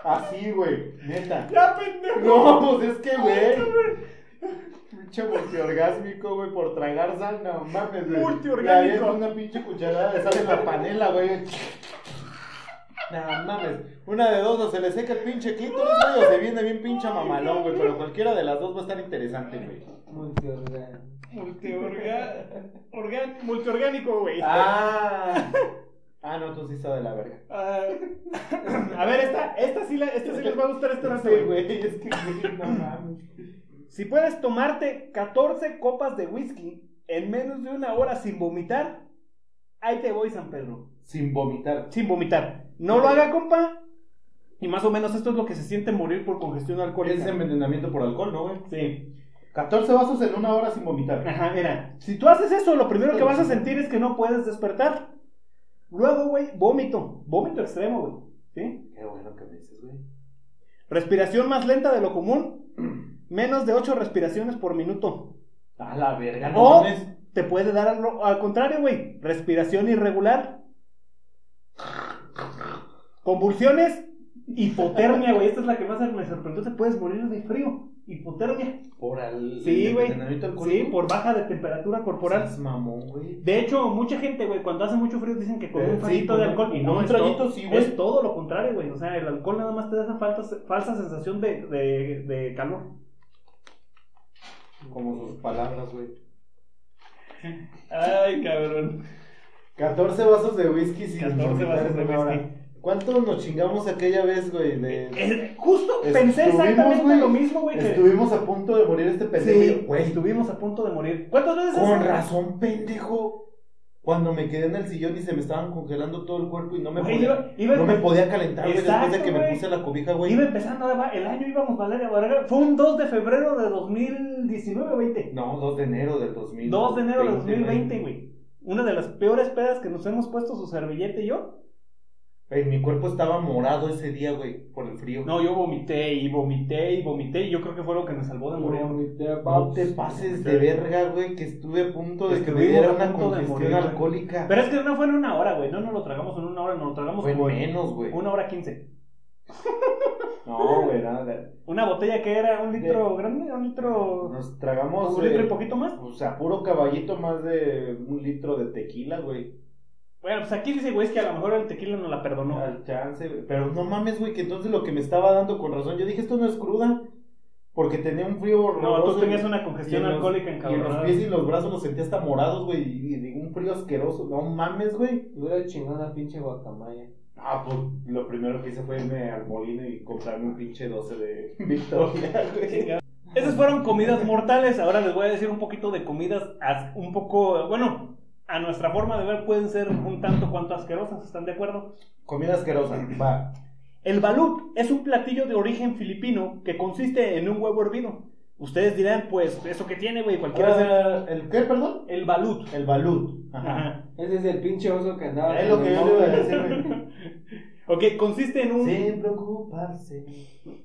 Speaker 3: Así, güey. Neta.
Speaker 1: Ya, pendejo.
Speaker 3: [laughs] No, pues es que, güey. Pinche multiorgásmico, güey, por tragar sal, no mames, güey.
Speaker 1: Multiorgánico.
Speaker 3: Le avientas una pinche cucharada de sal en la panela, güey. No mames. Una de dos, o se le seca el pinche clítoris, güey, o se viene bien pinche mamalón, güey. Pero cualquiera de las dos va a estar interesante, güey.
Speaker 2: Multiorgan.
Speaker 1: multiorgánico, güey.
Speaker 3: Ah. Ah, no, tú sí estás de la verga.
Speaker 1: Ah, [clears throat] a ver, esta, esta, sí la, esta sí les va a gustar esta
Speaker 3: Sí,
Speaker 1: raza, güey.
Speaker 3: güey, es que, güey, no mames.
Speaker 1: Si puedes tomarte 14 copas de whisky en menos de una hora sin vomitar, ahí te voy, San Pedro.
Speaker 3: Sin vomitar.
Speaker 1: Sin vomitar. No lo haga, compa. Y más o menos esto es lo que se siente morir por congestión
Speaker 3: Es
Speaker 1: alcohólica.
Speaker 3: envenenamiento por alcohol, ¿no, güey?
Speaker 1: Sí.
Speaker 3: 14 vasos en una hora sin
Speaker 1: [laughs]
Speaker 3: vomitar.
Speaker 1: Ajá, mira. Si tú haces eso, lo primero que vas a sentir es que no puedes despertar. Luego, güey, vómito. Vómito extremo, güey. ¿Sí?
Speaker 3: Qué bueno que me dices, güey.
Speaker 1: Respiración más lenta de lo común. [clears throat] Menos de 8 respiraciones por minuto.
Speaker 3: A la verga, no
Speaker 1: O
Speaker 3: mames.
Speaker 1: te puede dar al, al contrario, güey. Respiración irregular. Convulsiones. Hipotermia, güey. Esta es la que más me sorprendió. Te puedes morir de frío. Hipotermia.
Speaker 3: Por el
Speaker 1: Sí, güey.
Speaker 3: envenenamiento alcohólico.
Speaker 1: Sí, por baja de temperatura corporal.
Speaker 3: Seas mamón, güey.
Speaker 1: De hecho, mucha gente, güey, cuando hace mucho frío dicen que con
Speaker 3: Eh,
Speaker 1: un
Speaker 3: sí,
Speaker 1: traguito
Speaker 3: con
Speaker 1: de
Speaker 3: un-
Speaker 1: alcohol. Y
Speaker 3: con
Speaker 1: no,
Speaker 3: un
Speaker 1: es
Speaker 3: traguito
Speaker 1: todo-
Speaker 3: sí, güey.
Speaker 1: Es todo lo contrario, güey. O sea, el alcohol nada más te da esa falsa, falsa sensación de, de, de calor.
Speaker 3: Como sus palabras, güey.
Speaker 1: Ay, cabrón.
Speaker 3: 14 vasos de whisky sin
Speaker 1: 14
Speaker 3: vomitar
Speaker 1: vasos
Speaker 3: en
Speaker 1: de
Speaker 3: una
Speaker 1: whisky.
Speaker 3: hora. ¿Cuántos nos chingamos aquella vez, güey? De...
Speaker 1: Eh, justo pensé
Speaker 3: Estuvimos,
Speaker 1: exactamente
Speaker 3: güey.
Speaker 1: lo mismo, güey. que-
Speaker 3: Estuvimos a punto de morir este pendejo.
Speaker 1: Sí,
Speaker 3: güey.
Speaker 1: estuvimos a punto de morir. ¿Cuántas veces?
Speaker 3: Con
Speaker 1: has-
Speaker 3: razón, pendejo. Cuando me quedé en el sillón y se me estaban congelando todo el cuerpo y no me
Speaker 1: Güey,
Speaker 3: podía,
Speaker 1: iba- iba-
Speaker 3: no me podía calentar, güey, después de
Speaker 1: Exacto,
Speaker 3: que me
Speaker 1: güey.
Speaker 3: puse la cobija, güey.
Speaker 1: Iba empezando, ahí va, el año íbamos Valeria Vargas. Fue un 2 de febrero de 2019 20.
Speaker 3: No, 2 de enero del 2000.
Speaker 1: 2 de enero de 2020, güey. Una de las peores pedas que nos hemos puesto su servillete y yo.
Speaker 3: Güey, mi cuerpo estaba morado ese día, güey, por el frío.
Speaker 1: No, yo vomité y vomité y vomité. Y yo creo que fue lo que me salvó de morir.
Speaker 3: No te pases de verga, güey, que estuve a punto de que me
Speaker 1: Estuvimos
Speaker 3: diera
Speaker 1: a
Speaker 3: una
Speaker 1: punto de
Speaker 3: congestión
Speaker 1: morir, güey.
Speaker 3: alcohólica.
Speaker 1: Pero pues, es que no fue en una hora, güey. No nos lo tragamos en una hora, nos lo tragamos
Speaker 3: Fue
Speaker 1: como en
Speaker 3: menos, güey.
Speaker 1: una hora quince.
Speaker 3: No, güey, nada.
Speaker 1: Una botella que era un litro grande, un litro.
Speaker 3: Nos tragamos.
Speaker 1: Un litro y
Speaker 3: eh,
Speaker 1: poquito más.
Speaker 3: O sea, puro caballito más de un litro de tequila, güey.
Speaker 1: Bueno, pues aquí dice, güey, es que a lo mejor el tequila nos la perdonó.
Speaker 3: Al chance, güey. Pero no mames, güey, que entonces lo que me estaba dando con razón, yo dije, esto no es cruda. Porque tenía un frío
Speaker 1: No,
Speaker 3: horroroso.
Speaker 1: tú tenías
Speaker 3: y-
Speaker 1: una
Speaker 3: y
Speaker 1: congestión
Speaker 3: en los-
Speaker 1: alcohólica
Speaker 3: Y en los
Speaker 1: encabronada.
Speaker 3: pies y los brazos los sentía hasta morados, güey. Y, y un frío asqueroso. No mames, güey.
Speaker 2: Hubiera chingado una pinche guacamaya.
Speaker 3: Ah, pues lo primero que hice fue irme al molino y comprarme un pinche 12 de Victoria, [laughs] güey.
Speaker 1: Esas fueron comidas mortales. Ahora les voy a decir un poquito de comidas as- un poco, bueno, a nuestra forma de ver pueden ser un tanto cuanto asquerosas, ¿están de acuerdo?
Speaker 3: Comida asquerosa, va.
Speaker 1: El balut es un platillo de origen filipino que consiste en un huevo hervido. Ustedes dirán, pues, ¿eso que tiene, güey? Cualquiera será
Speaker 3: Ah, ¿El qué, perdón?
Speaker 1: el balut.
Speaker 3: El balut. Ajá. Ah,
Speaker 1: Ajá.
Speaker 2: Ese es el pinche oso que andaba.
Speaker 3: Es
Speaker 2: con
Speaker 3: lo que
Speaker 2: el
Speaker 3: yo le
Speaker 2: monje.
Speaker 3: iba a decir, güey.
Speaker 1: [laughs] Ok, consiste en un...
Speaker 3: Sin preocuparse.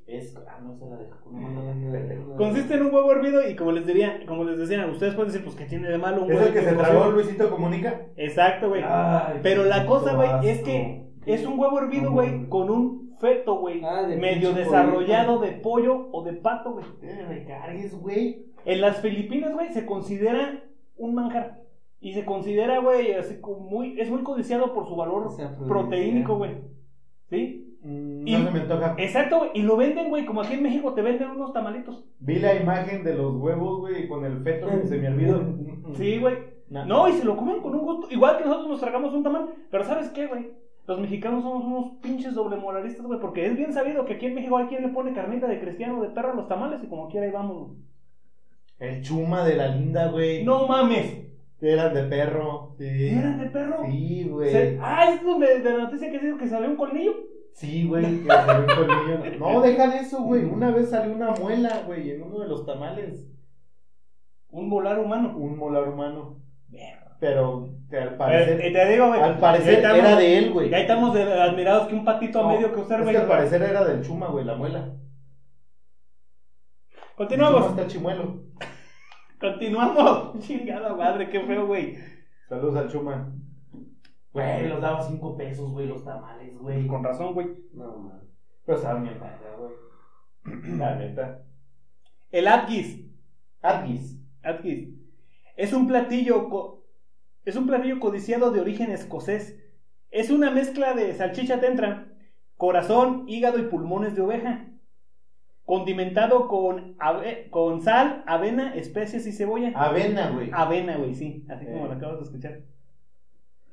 Speaker 3: Es. Ah, no se la deja con una mano. Pendejo.
Speaker 1: Consiste en un huevo hervido y como les diría, como les decía, ustedes pueden decir, pues, ¿qué tiene de malo un
Speaker 3: ¿Es
Speaker 1: huevo
Speaker 3: el que se
Speaker 1: cocido?
Speaker 3: tragó Luisito Comunica?
Speaker 1: Exacto, güey.
Speaker 3: Ay,
Speaker 1: Pero la
Speaker 3: qué
Speaker 1: cosa,
Speaker 3: asco.
Speaker 1: güey, es que es un huevo hervido, güey, con un feto, güey,
Speaker 2: Ah, de
Speaker 1: medio
Speaker 2: pinche
Speaker 1: desarrollado de pollo o de pato, güey.
Speaker 3: Eh, me cargues, güey.
Speaker 1: En las Filipinas, güey, se considera un manjar. Y se considera, güey, así como muy, es muy codiciado por su valor
Speaker 2: Es afrodisíaco.
Speaker 1: proteínico, güey. ¿Sí?
Speaker 3: Mm,
Speaker 1: Y-
Speaker 3: No se me antoja.
Speaker 1: Exacto, güey. Y lo venden, güey, como aquí en México te venden unos tamalitos.
Speaker 3: Vi la imagen de los huevos, güey, con el feto que se me olvidó.
Speaker 1: Sí, güey.
Speaker 3: No.
Speaker 1: No, y se lo comen con un gusto. Igual que nosotros nos tragamos un tamal. Pero ¿sabes qué, güey? Los mexicanos somos unos pinches doble moralistas, güey. Porque es bien sabido que aquí en México hay quien le pone carnita de cristiano de perro a los tamales y como quiera ahí vamos. güey.
Speaker 3: El chuma de la linda, güey.
Speaker 1: No mames.
Speaker 3: Eran de perro. Sí.
Speaker 1: ¿Eran de perro?
Speaker 3: Sí,
Speaker 1: Se-
Speaker 3: güey.
Speaker 1: Ah, es donde de la noticia que dice que salió un colmillo.
Speaker 3: Sí, güey. que salió un
Speaker 1: [laughs]
Speaker 3: colmillo. No, deja de eso, güey. Una vez salió una muela, güey, en uno de los tamales.
Speaker 1: Un volar humano.
Speaker 3: Un molar humano.
Speaker 1: Verga.
Speaker 3: Pero, que al
Speaker 1: Eh,
Speaker 3: parecer.
Speaker 1: eh, te digo, güey.
Speaker 3: Al parecer
Speaker 1: ya estamos-
Speaker 3: era de él, güey.
Speaker 1: Ya estamos de- admirados que un patito a
Speaker 3: No,
Speaker 1: medio que usar,
Speaker 3: Es
Speaker 1: güey.
Speaker 3: que al parecer era del Chuma, güey, la muela. Chuma
Speaker 1: Continuamos.
Speaker 3: está chimuelo.
Speaker 1: Continuamos. [laughs] Chingada madre, qué feo, güey.
Speaker 3: Saludos al Chuma.
Speaker 7: Güey, los daba 5 pesos, güey, los tamales, güey.
Speaker 1: Con razón, güey.
Speaker 2: No, man.
Speaker 3: Pero sabe Pues, ah, mi verga, güey. [clears throat] La neta.
Speaker 1: El Atkins.
Speaker 3: Adgis.
Speaker 1: Atkins. Es un platillo co- es un platillo codiciado de origen escocés. Es una mezcla de salchicha tentra, corazón, hígado y pulmones de oveja. Condimentado con, ave- con sal, avena, especias y cebolla.
Speaker 3: Avena, güey.
Speaker 1: Avena, güey, sí, así como
Speaker 3: Eh.
Speaker 1: lo acabas de escuchar.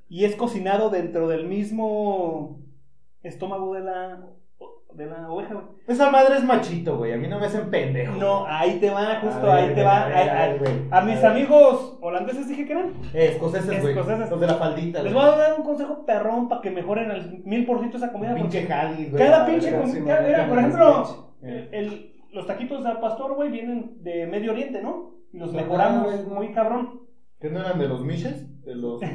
Speaker 1: Y es cocinado dentro del mismo estómago de la, de la oveja, güey.
Speaker 3: Esa madre es machito, güey. A mí no me hacen pendejo.
Speaker 1: No, ahí te va,
Speaker 3: A
Speaker 1: justo
Speaker 3: ver,
Speaker 1: ahí te va.
Speaker 3: a ver,
Speaker 1: ahí-
Speaker 3: a
Speaker 1: ahí-
Speaker 3: ver, güey.
Speaker 1: a mis
Speaker 3: ver.
Speaker 1: amigos holandeses dije que eran.
Speaker 3: Eh, Escoceses, güey.
Speaker 1: Escoceses.
Speaker 3: Los de la faldita.
Speaker 1: Les
Speaker 3: güey.
Speaker 1: voy a dar un consejo perrón para que mejoren al mil por ciento esa comida.
Speaker 3: Pinche
Speaker 1: porque
Speaker 3: jalis, güey.
Speaker 1: cada
Speaker 3: la
Speaker 1: pinche
Speaker 3: verga.
Speaker 1: com-
Speaker 2: sí,
Speaker 1: cada-
Speaker 2: no,
Speaker 1: mira,
Speaker 2: no,
Speaker 1: por
Speaker 2: no,
Speaker 1: ejemplo,
Speaker 3: no, no, no.
Speaker 1: el- los taquitos al pastor, güey, vienen de Medio Oriente, ¿no? Y los
Speaker 2: Ajá,
Speaker 1: mejoramos
Speaker 2: güey.
Speaker 1: muy cabrón.
Speaker 3: ¿Qué no eran de los miches? De
Speaker 1: [laughs]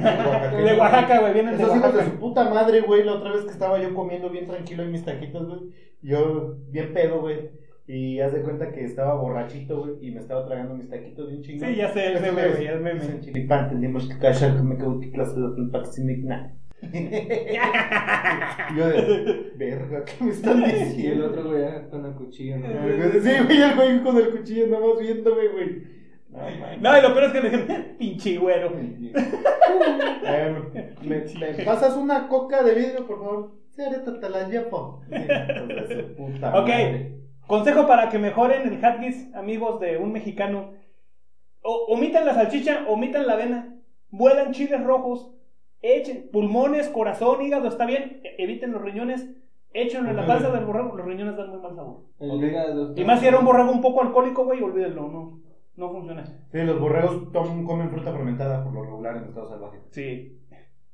Speaker 1: De
Speaker 3: los
Speaker 1: Oaxaca, güey, vienen de
Speaker 3: Esos hijos de
Speaker 1: Oaxaca.
Speaker 3: su puta madre, güey, la otra vez que estaba yo comiendo bien tranquilo en mis taquitos, güey. Yo bien pedo, güey. Y haz de cuenta que estaba borrachito, güey, y me estaba tragando mis taquitos bien chingón.
Speaker 1: Sí, ya sé, el
Speaker 3: Esos
Speaker 1: meme,
Speaker 3: güeyes
Speaker 1: güey, el meme.
Speaker 3: dicen, "Chilipán, tenemos que callar que me cago en clase de paximigna. Yo
Speaker 1: [laughs]
Speaker 3: de verga, ¿qué me están
Speaker 2: Y el
Speaker 3: diciendo?
Speaker 2: otro güey ah, con la cuchilla, ¿no?
Speaker 1: Eh,
Speaker 3: Sí, güey, el güey con el cuchillo nada más viéndome, güey. No, mames.
Speaker 1: No, y lo peor es que me dijeron, [laughs] pinche güero.
Speaker 3: Eh, ¿me, me pasas una coca de vidrio, por favor? Sí, ahorita te la llevo. Sí, hijos de su puta
Speaker 1: Ok.
Speaker 3: madre.
Speaker 1: Consejo para que mejoren el haggis, amigos de un mexicano. O- omitan la salchicha, omitan la avena, vuelan chiles rojos, echen pulmones, corazón, hígado, está bien, e- eviten los riñones, échenlo en la salsa del borrego, los riñones dan muy mal sabor.
Speaker 2: El
Speaker 3: Ok.
Speaker 2: hígado.
Speaker 1: Y más si era un borrego un poco alcohólico, güey, olvídenlo, no. No funciona.
Speaker 3: Sí, los borregos tom- comen fruta fermentada por lo regular en estado salvaje.
Speaker 1: Sí.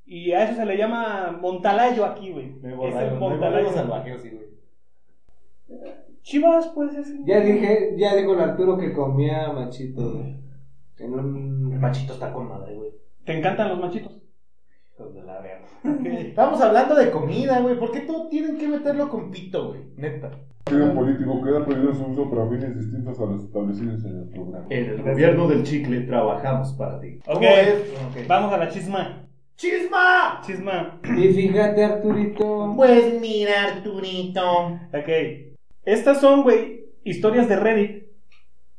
Speaker 1: Y a eso se le llama Montalayo aquí, güey.
Speaker 3: No hay
Speaker 1: Es el
Speaker 3: borregos, no hay
Speaker 1: Montalayo.
Speaker 3: borregos salvajes, sí, güey.
Speaker 1: Chivas, pues es.
Speaker 2: Ya dije, ya dijo el Arturo que comía machito, güey. En
Speaker 8: El
Speaker 2: un...
Speaker 8: machito está con madre, güey.
Speaker 1: Te encantan los machitos.
Speaker 8: Hijos de la
Speaker 3: [laughs]
Speaker 8: verga.
Speaker 3: Estamos hablando de comida, güey. ¿Por qué todo tienen que meterlo con pito, güey? Neta.
Speaker 5: Partido político queda prohibido su uso para fines distintos a los establecidos en el programa.
Speaker 3: En el gobierno del chicle trabajamos para ti. ¿Cómo
Speaker 1: Ok.
Speaker 3: es? Ok.
Speaker 1: Vamos a la chisma.
Speaker 3: ¡Chisma!
Speaker 1: Chisma.
Speaker 2: Y fíjate, Arturito.
Speaker 8: Pues mira, Arturito.
Speaker 1: Ok. Estas son, güey, historias de Reddit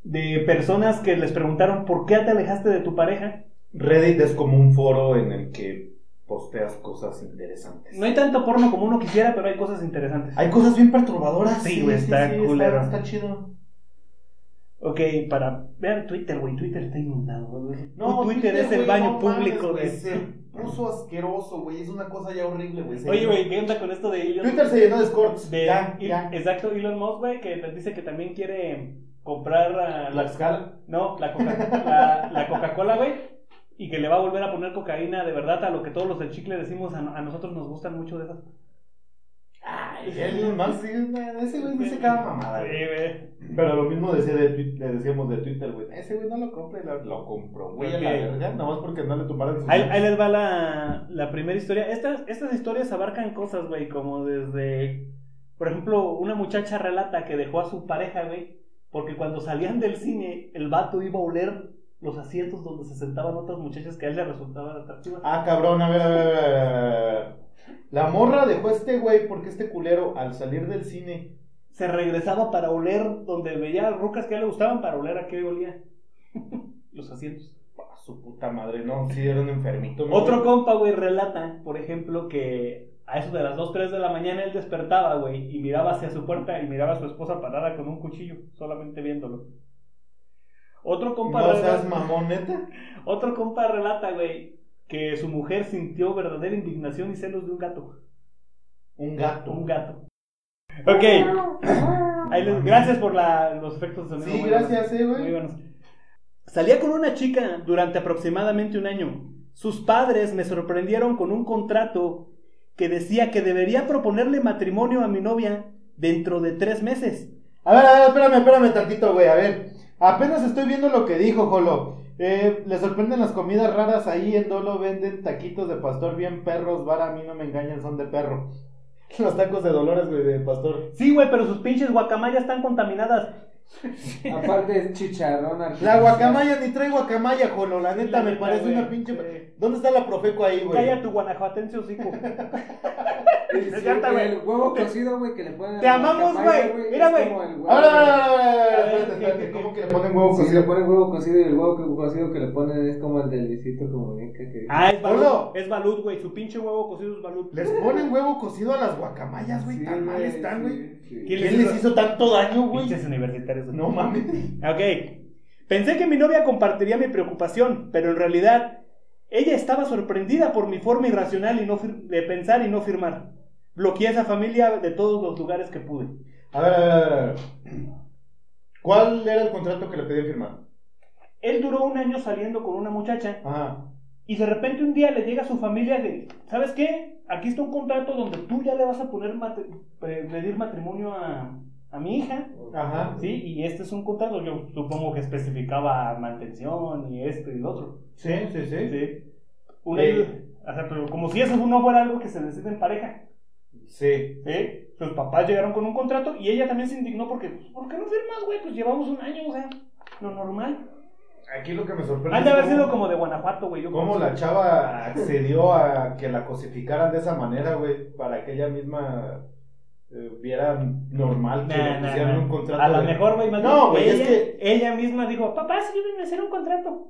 Speaker 1: de personas que les preguntaron por qué te alejaste de tu pareja.
Speaker 3: Reddit es como un foro en el que posteas cosas interesantes.
Speaker 1: No hay tanto porno como uno quisiera, pero hay cosas interesantes.
Speaker 3: Hay cosas bien perturbadoras.
Speaker 1: Sí, güey, está culero.
Speaker 3: Está, está chido.
Speaker 1: Ok, para. Vean Twitter, güey. Twitter está inundado, güey.
Speaker 3: No,
Speaker 1: Twitter, es el
Speaker 3: güey,
Speaker 1: baño
Speaker 3: no
Speaker 1: público
Speaker 3: mames, güey,
Speaker 1: de-
Speaker 3: Se puso asqueroso, güey. Es una cosa ya horrible, güey. Se
Speaker 1: Oye,
Speaker 3: llenó-
Speaker 1: güey, ¿qué onda con esto de Elon
Speaker 3: Twitter se llenó de escorts.
Speaker 1: de-
Speaker 3: ya,
Speaker 1: Il-
Speaker 3: ya.
Speaker 1: Exacto, Elon Musk, güey, que pues, dice que también quiere comprar a-
Speaker 3: La escala.
Speaker 1: no, la, Coca- la, la Coca-Cola, güey, y que le va a volver a poner cocaína de verdad a lo que todos los del chicle decimos, a, a nosotros nos gustan mucho de esas.
Speaker 3: Ay, el más, sí, ese güey dice cada mamada,
Speaker 1: Sí,
Speaker 3: güey.
Speaker 1: güey.
Speaker 3: Pero lo mismo decía de Twi- le decíamos de Twitter, güey. Ese güey no lo compra, lo, lo compró, güey. a la
Speaker 1: Ok.
Speaker 3: verga, nada más porque no le tomaron sus.
Speaker 1: Ahí, ahí les va la, la primera historia. Estas, estas historias abarcan cosas, güey, como desde, por ejemplo, una muchacha relata que dejó a su pareja, güey, porque cuando salían del cine, el vato iba a oler los asientos donde se sentaban otras muchachas que a él le resultaban atractivas.
Speaker 3: Ah, cabrón, a ver, a ver, a ver, a ver, a ver, a ver. La morra dejó a este güey porque este culero, al salir del cine,
Speaker 1: se regresaba para oler donde veía rucas que a él le gustaban para oler a qué olía. [laughs] Los asientos.
Speaker 3: a su puta madre, no, sí era un enfermito. ¿no?
Speaker 1: Otro compa, güey, relata, por ejemplo, que a eso de las 2, 3 de la mañana él despertaba, güey, y miraba hacia su puerta y miraba a su esposa parada con un cuchillo, solamente viéndolo. Otro compa,
Speaker 3: No
Speaker 1: relata-
Speaker 3: seas mamón, neta.
Speaker 1: otro compa relata, güey, que su mujer sintió verdadera indignación y celos de un gato.
Speaker 3: Un gato.
Speaker 1: Un gato. Ok. Ahí les- gracias por la- los efectos de sonido.
Speaker 3: Sí,
Speaker 1: muy buenos.
Speaker 3: gracias, eh,
Speaker 1: Muy
Speaker 3: güey.
Speaker 1: buenos. Salía con una chica durante aproximadamente un año. Sus padres me sorprendieron con un contrato que decía que debería proponerle matrimonio a mi novia dentro de tres meses.
Speaker 3: A ver, a ver, espérame, espérame tantito, güey. A ver, apenas estoy viendo lo que dijo, Jolo. Eh, le sorprenden las comidas raras ahí en Dolo venden taquitos de pastor bien perros, vara, a mí no me engañan, son de perro. [laughs] Los tacos de Dolores, güey, de pastor.
Speaker 1: Sí, güey, pero sus pinches guacamayas están contaminadas.
Speaker 2: Aparte es chicharrón
Speaker 3: La
Speaker 2: artificial.
Speaker 3: guacamaya, ni trae guacamaya, Jolo, la neta
Speaker 1: La
Speaker 3: me
Speaker 1: neta,
Speaker 3: parece
Speaker 1: güey,
Speaker 3: una pinche...
Speaker 1: sí.
Speaker 3: ¿Dónde está la profeco ahí, güey?
Speaker 1: Calla tu guanajuatense [laughs] hocico.
Speaker 2: Sí,
Speaker 1: Me encanta, güey.
Speaker 2: El huevo cocido, güey, que le pueden...
Speaker 1: Te amamos, güey. Mira, güey.
Speaker 3: Ahora, ahora,
Speaker 1: A
Speaker 3: ahora,
Speaker 1: ver,
Speaker 3: espérate,
Speaker 1: ¿qué,
Speaker 3: espérate,
Speaker 1: qué,
Speaker 3: ¿cómo
Speaker 1: qué?
Speaker 3: que le ponen huevo
Speaker 2: Si le
Speaker 3: cocido?
Speaker 2: ponen huevo cocido y el huevo que- cocido que le ponen es como el del visito comunica que...
Speaker 1: Ah, es
Speaker 3: Gordo.
Speaker 1: balut. Es balut, güey. Su pinche huevo cocido es balut.
Speaker 3: Les ponen huevo cocido a las guacamayas, güey,
Speaker 2: Sí,
Speaker 3: tan mal están,
Speaker 2: sí,
Speaker 3: güey.
Speaker 2: sí.
Speaker 1: ¿Quién
Speaker 3: ¿Quién les hizo tanto daño, güey?
Speaker 1: Pinches universitarios. güey.
Speaker 3: No mames.
Speaker 1: Ok. Pensé que mi novia compartiría mi preocupación, pero en realidad ella estaba sorprendida por mi forma irracional y no fir- de pensar y no firmar. Bloqueé a esa familia de todos los lugares que pude.
Speaker 3: A ver, a ver, a ver, a ver. ¿Cuál era el contrato que le pedían firmar?
Speaker 1: Él duró un año saliendo con una muchacha
Speaker 3: Ajá.
Speaker 1: y de repente un día le llega a su familia de, ¿sabes qué? Aquí está un contrato donde tú ya le vas a poner matri- pre- pedir matrimonio a, a mi hija.
Speaker 3: Ajá.
Speaker 1: Sí, y este es un contrato, yo supongo que especificaba mantención y esto y lo otro.
Speaker 3: Sí, sí, sí. Sí,
Speaker 1: Sí. Una-
Speaker 3: Eh.
Speaker 1: o sea, pero como si eso no fuera algo que se decide en pareja. ¿sí? Sus papás llegaron con un contrato y ella también se indignó porque, pues, ¿por qué no firmas, güey? Pues llevamos un año, o sea, lo normal.
Speaker 3: Aquí lo que me sorprende.
Speaker 1: Han de
Speaker 3: es
Speaker 1: haber
Speaker 3: cómo-
Speaker 1: sido como de Guanajuato, güey. yo
Speaker 3: Cómo
Speaker 1: creo.
Speaker 3: la chava accedió a que la cosificaran de esa manera, güey, para que ella misma eh, viera normal que
Speaker 1: Nah,
Speaker 3: le
Speaker 1: nah,
Speaker 3: pusieran
Speaker 1: nah.
Speaker 3: un contrato.
Speaker 1: A lo
Speaker 3: de-
Speaker 1: mejor, güey, más bien,
Speaker 3: No, güey, es
Speaker 1: ella,
Speaker 3: que-
Speaker 1: ella misma dijo, papá, sí, yo vine a hacer un
Speaker 3: [laughs]
Speaker 1: contrato.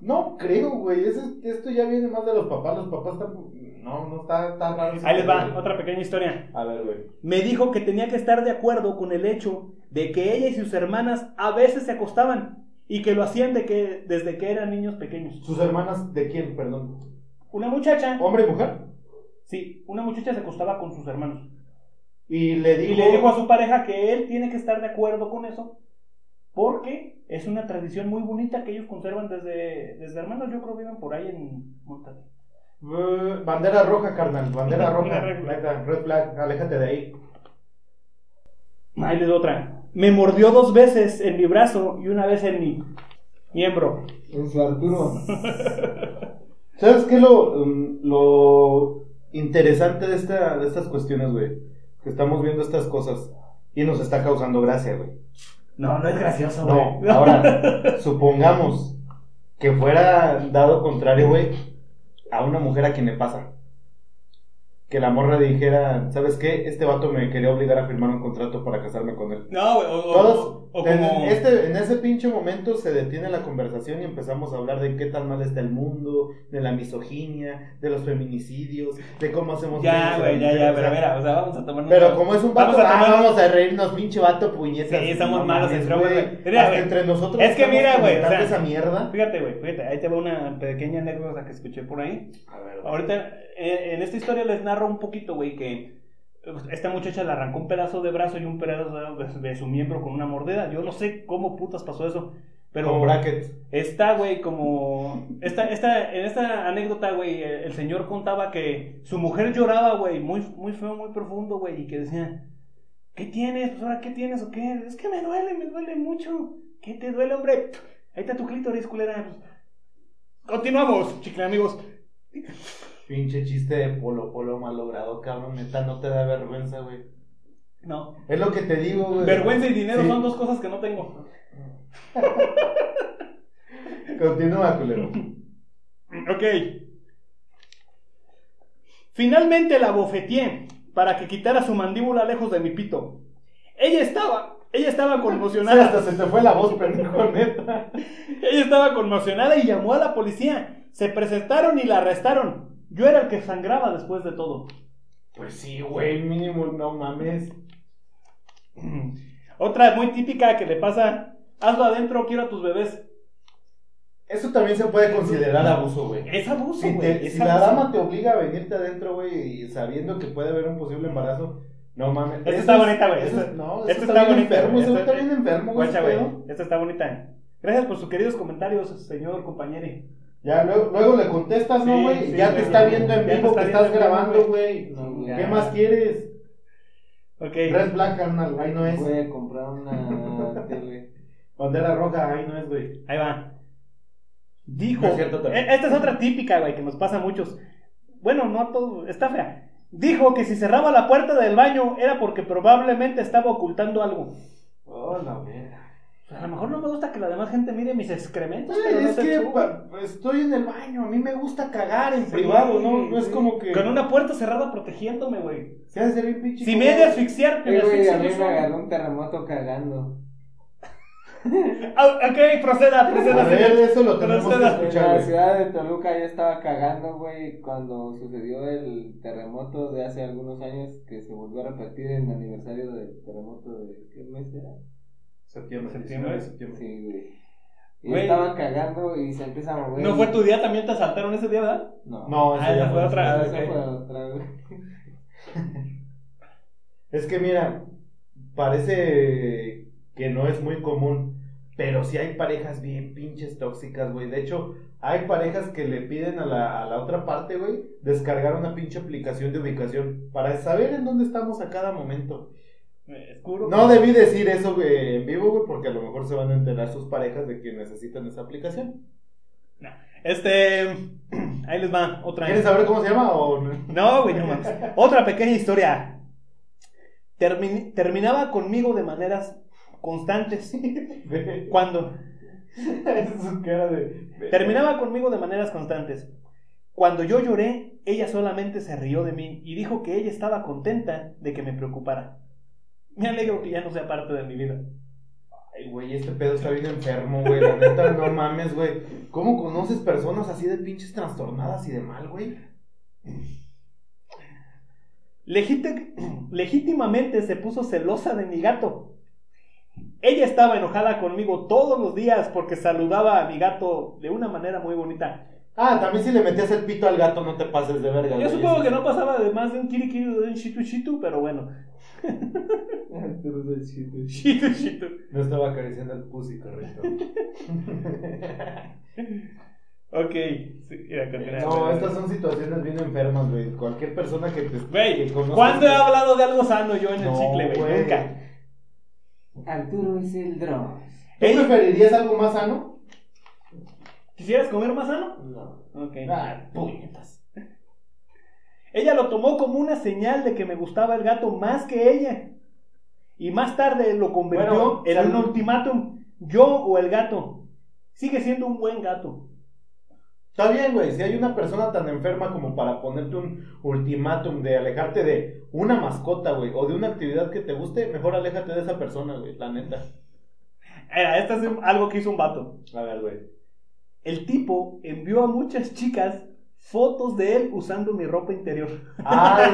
Speaker 3: No creo, güey. Ese- Esto ya viene más de los papás. Los papás están. No, no está, está raro. ese
Speaker 1: Ahí les va,
Speaker 3: pedo,
Speaker 1: otra pequeña historia.
Speaker 3: güey. A ver, güey.
Speaker 1: Me dijo que tenía que estar de acuerdo con el hecho de que ella y sus hermanas a veces se acostaban y que lo hacían de que, desde que eran niños pequeños.
Speaker 3: ¿Sus hermanas de quién, perdón?
Speaker 1: Una muchacha,
Speaker 3: ¿Hombre y mujer?
Speaker 1: sí, una muchacha se acostaba con sus hermanos.
Speaker 3: Y le dijo.
Speaker 1: Y le dijo a su pareja que él tiene que estar de acuerdo con eso Porque es una tradición muy bonita que ellos conservan desde, desde hermanos, yo creo que viven por ahí en Monterrey.
Speaker 3: Eh, Bandera roja, carnal, bandera
Speaker 1: Una
Speaker 3: roja.
Speaker 1: red flag.
Speaker 3: Neta, Red flag, aléjate de ahí.
Speaker 1: Ahí les doy otra. Me mordió dos veces en mi brazo y una vez en mi miembro.
Speaker 2: En su Arturo.
Speaker 3: ¿Sabes qué es lo, um, lo interesante de, esta, de estas cuestiones, güey? Que estamos viendo estas cosas y nos está causando gracia, güey.
Speaker 8: No, no es gracioso, güey.
Speaker 3: No, ahora, supongamos que fuera dado contrario, güey, a una mujer a quien le pasa. Que la morra dijera, ¿sabes qué? Este vato me quería obligar a firmar un contrato para casarme con él.
Speaker 1: No, güey, o, o-
Speaker 3: Todos,
Speaker 1: o
Speaker 3: en,
Speaker 1: como...
Speaker 3: este, en ese pinche momento se detiene la conversación y empezamos a hablar de qué tan mal está el mundo, de la misoginia, de los feminicidios, de cómo hacemos... menos
Speaker 1: Ya,
Speaker 3: a
Speaker 1: güey,
Speaker 3: la
Speaker 1: ya, ya,
Speaker 3: mujer, o sea,
Speaker 1: pero mira, o sea, vamos a tomar
Speaker 3: pero como es un vato,
Speaker 1: Vamos a
Speaker 3: ah,
Speaker 1: tomar-
Speaker 3: vamos a reírnos, pinche vato, puñetas.
Speaker 1: Sí, estamos malos
Speaker 3: mames,
Speaker 1: entre hombres, güey. Mira,
Speaker 3: Hasta
Speaker 1: güey.
Speaker 3: entre nosotros.
Speaker 1: Es que
Speaker 3: estamos
Speaker 1: mira, güey, o
Speaker 3: comentando
Speaker 1: sea-
Speaker 3: esa mierda.
Speaker 1: Fíjate, güey, fíjate, ahí te va una pequeña anécdota que escuché por ahí.
Speaker 3: [laughs] A ver,
Speaker 1: Ahorita, eh, en esta historia les narro un poquito, güey, que esta muchacha le arrancó un pedazo de brazo y un pedazo de, de su miembro con una mordida. Yo no sé cómo putas pasó eso, pero...
Speaker 3: Con brackets.
Speaker 1: Está, güey, como. Esta, esta, en esta anécdota, güey, el, el señor contaba que su mujer lloraba, güey, muy, muy feo, muy profundo, güey, y que decía: ¿Qué tienes? Pues ahora, ¿qué tienes o qué? Es que me duele, me duele mucho. ¿Qué te duele, hombre? Ahí está tu clítoris, culera. Pues, Continuamos, chicle amigos.
Speaker 3: Pinche chiste de polo polo malogrado, cabrón. Neta, no te da vergüenza, güey.
Speaker 1: No,
Speaker 3: Es lo que te digo, güey.
Speaker 1: vergüenza y dinero
Speaker 3: Pues, Sí.
Speaker 1: son dos cosas que no tengo. [laughs]
Speaker 3: Continúa, culero.
Speaker 1: Ok. Finalmente la bofeteé para que quitara su mandíbula lejos de mi pito. Ella estaba, ella estaba
Speaker 3: [laughs]
Speaker 1: conmocionada.
Speaker 3: Hasta se te fue la voz, pendejo, neta.
Speaker 1: Ella estaba conmocionada y llamó a la policía. Se presentaron y la arrestaron. Yo era el que sangraba después de todo. [clears throat]
Speaker 3: Pues sí, güey, mínimo, no mames.
Speaker 1: Otra muy típica que le pasa, hazlo adentro, quiero a tus bebés.
Speaker 3: Eso también se puede considerar abuso, güey.
Speaker 1: Es abuso,
Speaker 3: Si,
Speaker 1: güey.
Speaker 3: te-
Speaker 1: es
Speaker 3: si la
Speaker 1: abuso.
Speaker 3: dama te obliga a venirte adentro, güey, y sabiendo que puede haber un posible embarazo, no mames.
Speaker 1: Esta
Speaker 3: Eso
Speaker 1: está
Speaker 3: es-
Speaker 1: bonita, güey.
Speaker 3: eso-
Speaker 1: Esta-
Speaker 3: No,
Speaker 1: esta
Speaker 3: eso
Speaker 1: está
Speaker 3: está bien
Speaker 1: bonita,
Speaker 3: enfermo,
Speaker 1: güey.
Speaker 3: eso
Speaker 1: Esta-
Speaker 3: está bien enfermo, güey.
Speaker 1: Guacha,
Speaker 3: ese
Speaker 1: güey.
Speaker 3: pedo.
Speaker 1: Esta está bonita. Gracias por sus queridos comentarios, señor compañero.
Speaker 3: Ya, luego, luego le contestas, ¿no,
Speaker 1: Sí,
Speaker 3: güey?
Speaker 1: sí,
Speaker 3: ya te
Speaker 1: güey.
Speaker 3: está viendo en
Speaker 1: Ya te
Speaker 3: vivo
Speaker 1: está
Speaker 3: que
Speaker 1: viendo
Speaker 3: estás
Speaker 1: en vivo,
Speaker 3: grabando, güey.
Speaker 2: No,
Speaker 3: ¿Qué
Speaker 2: ya.
Speaker 3: más quieres?
Speaker 1: Ok.
Speaker 3: Red Black, carnal, ahí no es.
Speaker 2: Voy a
Speaker 3: [laughs]
Speaker 2: comprar una tele.
Speaker 3: Bandera roja, ahí no es, güey.
Speaker 1: Ahí va. Dijo.
Speaker 3: No es cierto también.
Speaker 1: Eh, Esta es otra típica, güey, que nos pasa a muchos. Bueno, no a todos. Está fea. Dijo que si cerraba la puerta del baño era porque probablemente estaba ocultando algo.
Speaker 3: Oh, la mierda.
Speaker 1: A lo mejor no me gusta que la demás gente mire mis excrementos.
Speaker 3: Ay,
Speaker 1: pero no
Speaker 3: es
Speaker 1: sé
Speaker 3: que
Speaker 1: tú.
Speaker 3: pa- estoy en el baño, a mí me gusta cagar en privado, ¿no? No es como que...
Speaker 1: Con una puerta cerrada protegiéndome, güey.
Speaker 3: Se hace bien pinche...
Speaker 1: Si me he de asfixiar, que me
Speaker 2: Eh, güey, a
Speaker 1: asfixie
Speaker 2: mí
Speaker 1: yo
Speaker 2: me
Speaker 1: solo.
Speaker 2: agarró un terremoto cagando.
Speaker 1: Ah, Ok, proceda,
Speaker 3: A
Speaker 1: proceda,
Speaker 3: ver,
Speaker 1: señor.
Speaker 3: eso lo tenemos que
Speaker 1: Proceda.
Speaker 2: En
Speaker 3: escuchar,
Speaker 2: la
Speaker 3: güey.
Speaker 2: ciudad de Toluca yo estaba cagando, güey, cuando sucedió el terremoto de hace algunos años que se volvió a repetir en el aniversario del terremoto de... ¿Qué mes era?
Speaker 3: Septiembre,
Speaker 1: Septiembre.
Speaker 3: septiembre.
Speaker 2: Sí, güey. Y
Speaker 1: Güey.
Speaker 2: estaba cagando y se empieza a mover.
Speaker 1: No fue tu día, también te asaltaron ese día, ¿verdad?
Speaker 2: No.
Speaker 3: No,
Speaker 1: Ah, esa
Speaker 3: esa ya
Speaker 1: fue
Speaker 3: fue
Speaker 1: otra.
Speaker 3: otra.
Speaker 2: Esa
Speaker 1: ok.
Speaker 2: fue
Speaker 1: [laughs]
Speaker 2: otra, güey.
Speaker 3: Es que mira, parece que no es muy común, pero sí hay parejas bien pinches tóxicas, güey. De hecho, hay parejas que le piden a la, a la otra parte, güey, descargar una pinche aplicación de ubicación para saber en dónde estamos a cada momento.
Speaker 1: Eh, Oscuro.
Speaker 3: No debí decir eso güey, en vivo, güey, porque a lo mejor se van a enterar sus parejas de que necesitan esa aplicación.
Speaker 1: Este. [clears throat] Ahí les va, otra.
Speaker 3: ¿Quieren saber cómo se llama o no?
Speaker 1: No, güey, no mames. Otra pequeña historia. Termin- terminaba conmigo de maneras constantes. Cuando.
Speaker 3: Su cara de...
Speaker 1: Terminaba conmigo de maneras constantes. Cuando yo lloré, ella solamente se rió de mí y dijo que ella estaba contenta de que me preocupara. Me alegro que ya no sea parte de mi vida.
Speaker 3: Ay, güey, este pedo está bien enfermo, güey. La neta, no mames, güey. ¿Cómo conoces personas así de pinches trastornadas y de mal, güey?
Speaker 1: Legíti- [clears throat] legítimamente se puso celosa de mi gato. Ella estaba enojada conmigo todos los días porque saludaba a mi gato de una manera muy bonita.
Speaker 3: Ah, también si le metías el pito al gato, no te pases de verga,
Speaker 1: Yo
Speaker 3: güey.
Speaker 1: supongo
Speaker 3: Eso
Speaker 1: que
Speaker 3: sí.
Speaker 1: no pasaba de más de un kirikiri o de un shitu shitu, pero bueno. [laughs]
Speaker 2: Arturo del Chito.
Speaker 1: Chito, chito.
Speaker 9: No estaba acariciando al pussy, correcto.
Speaker 1: Ok, sí, mira, continúa.
Speaker 3: [laughs] Eh, No, estas son situaciones bien enfermas, güey. Cualquier persona que te
Speaker 1: Güey,
Speaker 3: que conozcas-
Speaker 1: ¿Cuándo he hablado de algo sano yo en el
Speaker 3: No,
Speaker 1: chicle, güey?
Speaker 3: güey.
Speaker 1: Nunca.
Speaker 2: Arturo es el Dross.
Speaker 3: ¿Tú preferirías algo más sano?
Speaker 1: ¿Quisieras comer más sano?
Speaker 3: No.
Speaker 1: Ok.
Speaker 3: Ah, puñetas.
Speaker 1: Ella lo tomó como una señal de que me gustaba el gato más que ella. Y más tarde lo convirtió
Speaker 3: Bueno,
Speaker 1: en un
Speaker 3: salud.
Speaker 1: ultimátum. Yo o el gato. Sigue siendo un buen gato.
Speaker 3: Está bien, güey. Si hay una persona tan enferma como para ponerte un ultimátum de alejarte de una mascota, güey, o de una actividad que te guste, mejor aléjate de esa persona, güey, la neta.
Speaker 1: Era, esto es un- algo que hizo un vato.
Speaker 3: A ver, güey.
Speaker 1: El tipo envió a muchas chicas fotos de él usando mi ropa interior.
Speaker 3: ¡A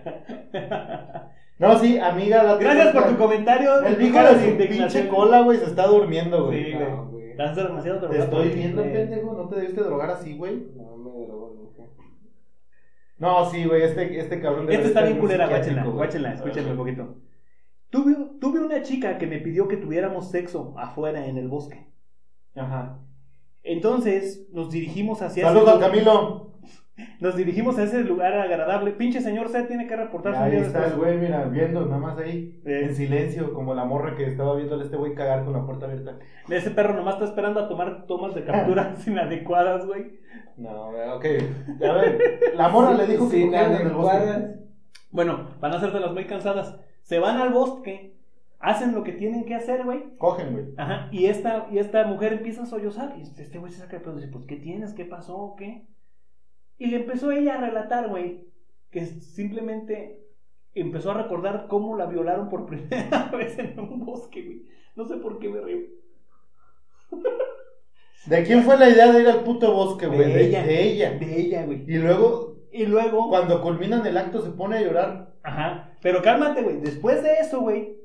Speaker 1: [laughs]
Speaker 3: la verga! No, sí, amiga, la
Speaker 1: Gracias por tu comentario.
Speaker 3: El hijo
Speaker 1: Dígalas
Speaker 3: de su
Speaker 1: indignación.
Speaker 3: pinche cola, güey, se está durmiendo,
Speaker 1: Sí,
Speaker 3: güey.
Speaker 1: güey.
Speaker 2: No, güey.
Speaker 1: Estás demasiado Eh,
Speaker 3: Te
Speaker 1: drogado.
Speaker 3: estoy viendo,
Speaker 2: güey.
Speaker 3: pendejo. ¿No te debiste drogar así, güey?
Speaker 2: No me drogó nunca.
Speaker 3: No, sí, güey. Este, este cabrón de
Speaker 1: Esta está bien culera, guáchenla, guáchenla, escúchenla un poquito. Tuve, tuve una chica que me pidió que tuviéramos sexo afuera en el bosque.
Speaker 3: Ajá.
Speaker 1: Entonces nos dirigimos hacia ese,
Speaker 3: Saludos al Camilo.
Speaker 1: nos dirigimos a ese lugar agradable. Pinche señor C tiene que reportarse un
Speaker 3: Ahí
Speaker 1: día
Speaker 3: está el
Speaker 1: después.
Speaker 3: güey, mira, viendo, nada más ahí.
Speaker 1: Eh.
Speaker 3: En silencio, como la morra que estaba viéndole a este güey cagar con la puerta abierta.
Speaker 1: Ese perro nomás está esperando a tomar tomas de
Speaker 3: [laughs]
Speaker 1: capturas [laughs] inadecuadas, güey.
Speaker 3: No, güey, ok. A ver, la morra le dijo que
Speaker 2: Sin
Speaker 3: cogieran en el [laughs] bosque.
Speaker 2: adecuadas.
Speaker 1: Bueno, van a hacérselas muy cansadas. Se van al bosque, hacen lo que tienen que hacer, güey.
Speaker 3: Cogen, güey.
Speaker 1: Ajá, y esta, y esta mujer empieza a sollozar. Y este este güey se saca de pedo y dice, pues, ¿qué tienes? ¿Qué pasó? ¿Qué? Y le empezó ella a relatar, güey, que simplemente empezó a recordar cómo la violaron por [laughs] primera vez en un bosque, güey. No sé por qué me río.
Speaker 3: ¿De quién fue la idea de ir al puto bosque, güey? De, de ella.
Speaker 1: De ella, güey.
Speaker 3: Y luego,
Speaker 1: Y luego...
Speaker 3: cuando culminan el acto, se pone a llorar.
Speaker 1: Ajá. Pero cálmate, güey. Después de eso, güey,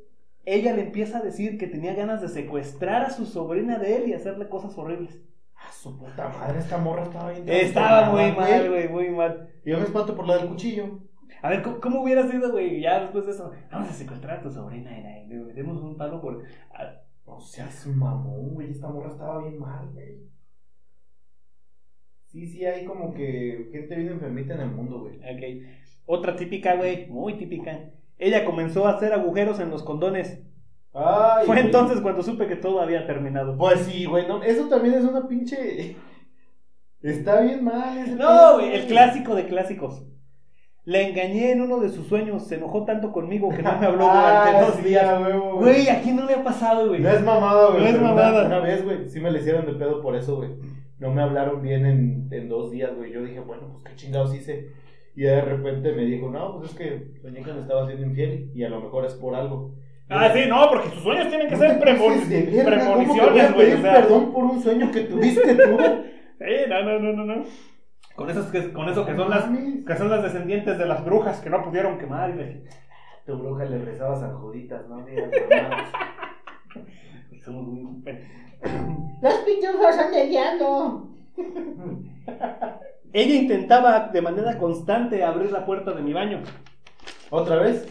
Speaker 1: ella le empieza a decir que tenía ganas de secuestrar a su sobrina de él y hacerle cosas horribles.
Speaker 3: Ah, su puta madre, esta morra estaba bien.
Speaker 1: Estaba muy
Speaker 3: trastornada,
Speaker 1: mal, güey, muy mal.
Speaker 3: Yo me espanto por la del cuchillo.
Speaker 1: A ver, ¿cómo, cómo hubiera sido, güey? Ya después de eso, vamos a secuestrar a tu sobrina, era, y le metemos un palo por. a-
Speaker 3: O sea, su mamón, güey. Esta morra estaba bien mal, güey. Sí, sí, hay como que gente bien enfermita en el mundo, güey.
Speaker 1: Ok. Otra típica, güey, muy típica. Ella comenzó a hacer agujeros en los condones.
Speaker 3: Ay,
Speaker 1: Fue
Speaker 3: güey.
Speaker 1: entonces cuando supe que todo había terminado.
Speaker 3: Pues sí, güey. no, eso también es una pinche. [laughs] Está bien mal. ese
Speaker 1: No,
Speaker 3: pedo,
Speaker 1: güey, el clásico de clásicos. La engañé en uno de sus sueños, se enojó tanto conmigo que no me habló durante
Speaker 3: [laughs] Ah,
Speaker 1: dos
Speaker 3: sí,
Speaker 1: días.
Speaker 3: a huevo, güey.
Speaker 1: Güey, aquí no le ha pasado, güey.
Speaker 3: No es mamada, güey.
Speaker 1: No es
Speaker 3: pero una-
Speaker 1: mamada.
Speaker 3: Una vez, güey, sí me le hicieron de pedo por eso, güey. No me hablaron bien en, en dos días, güey. Yo dije, bueno, pues qué chingados hice. Y de repente me dijo, no, pues es que soñé que me estaba haciendo infiel y a lo mejor es por algo.
Speaker 1: Ah, sí, no, porque sus sueños tienen que ser premoni-
Speaker 3: Dices, "De verga, ¿cómo te voy a
Speaker 1: premoniciones, güey.
Speaker 3: pedir
Speaker 1: o sea.
Speaker 3: perdón por un sueño que tuviste tú.
Speaker 1: Eh, no, no, no, no, no. Con esos que, con eso [laughs] que son las que son las descendientes de las brujas que no pudieron quemar. y le-
Speaker 9: Tu bruja le rezaba a Juditas, ¿no? Digas,
Speaker 1: Somos muy pe-
Speaker 3: Las pinchuzas andan llegando.
Speaker 1: Ella intentaba de manera constante abrir la puerta de mi baño.
Speaker 3: ¿Otra vez?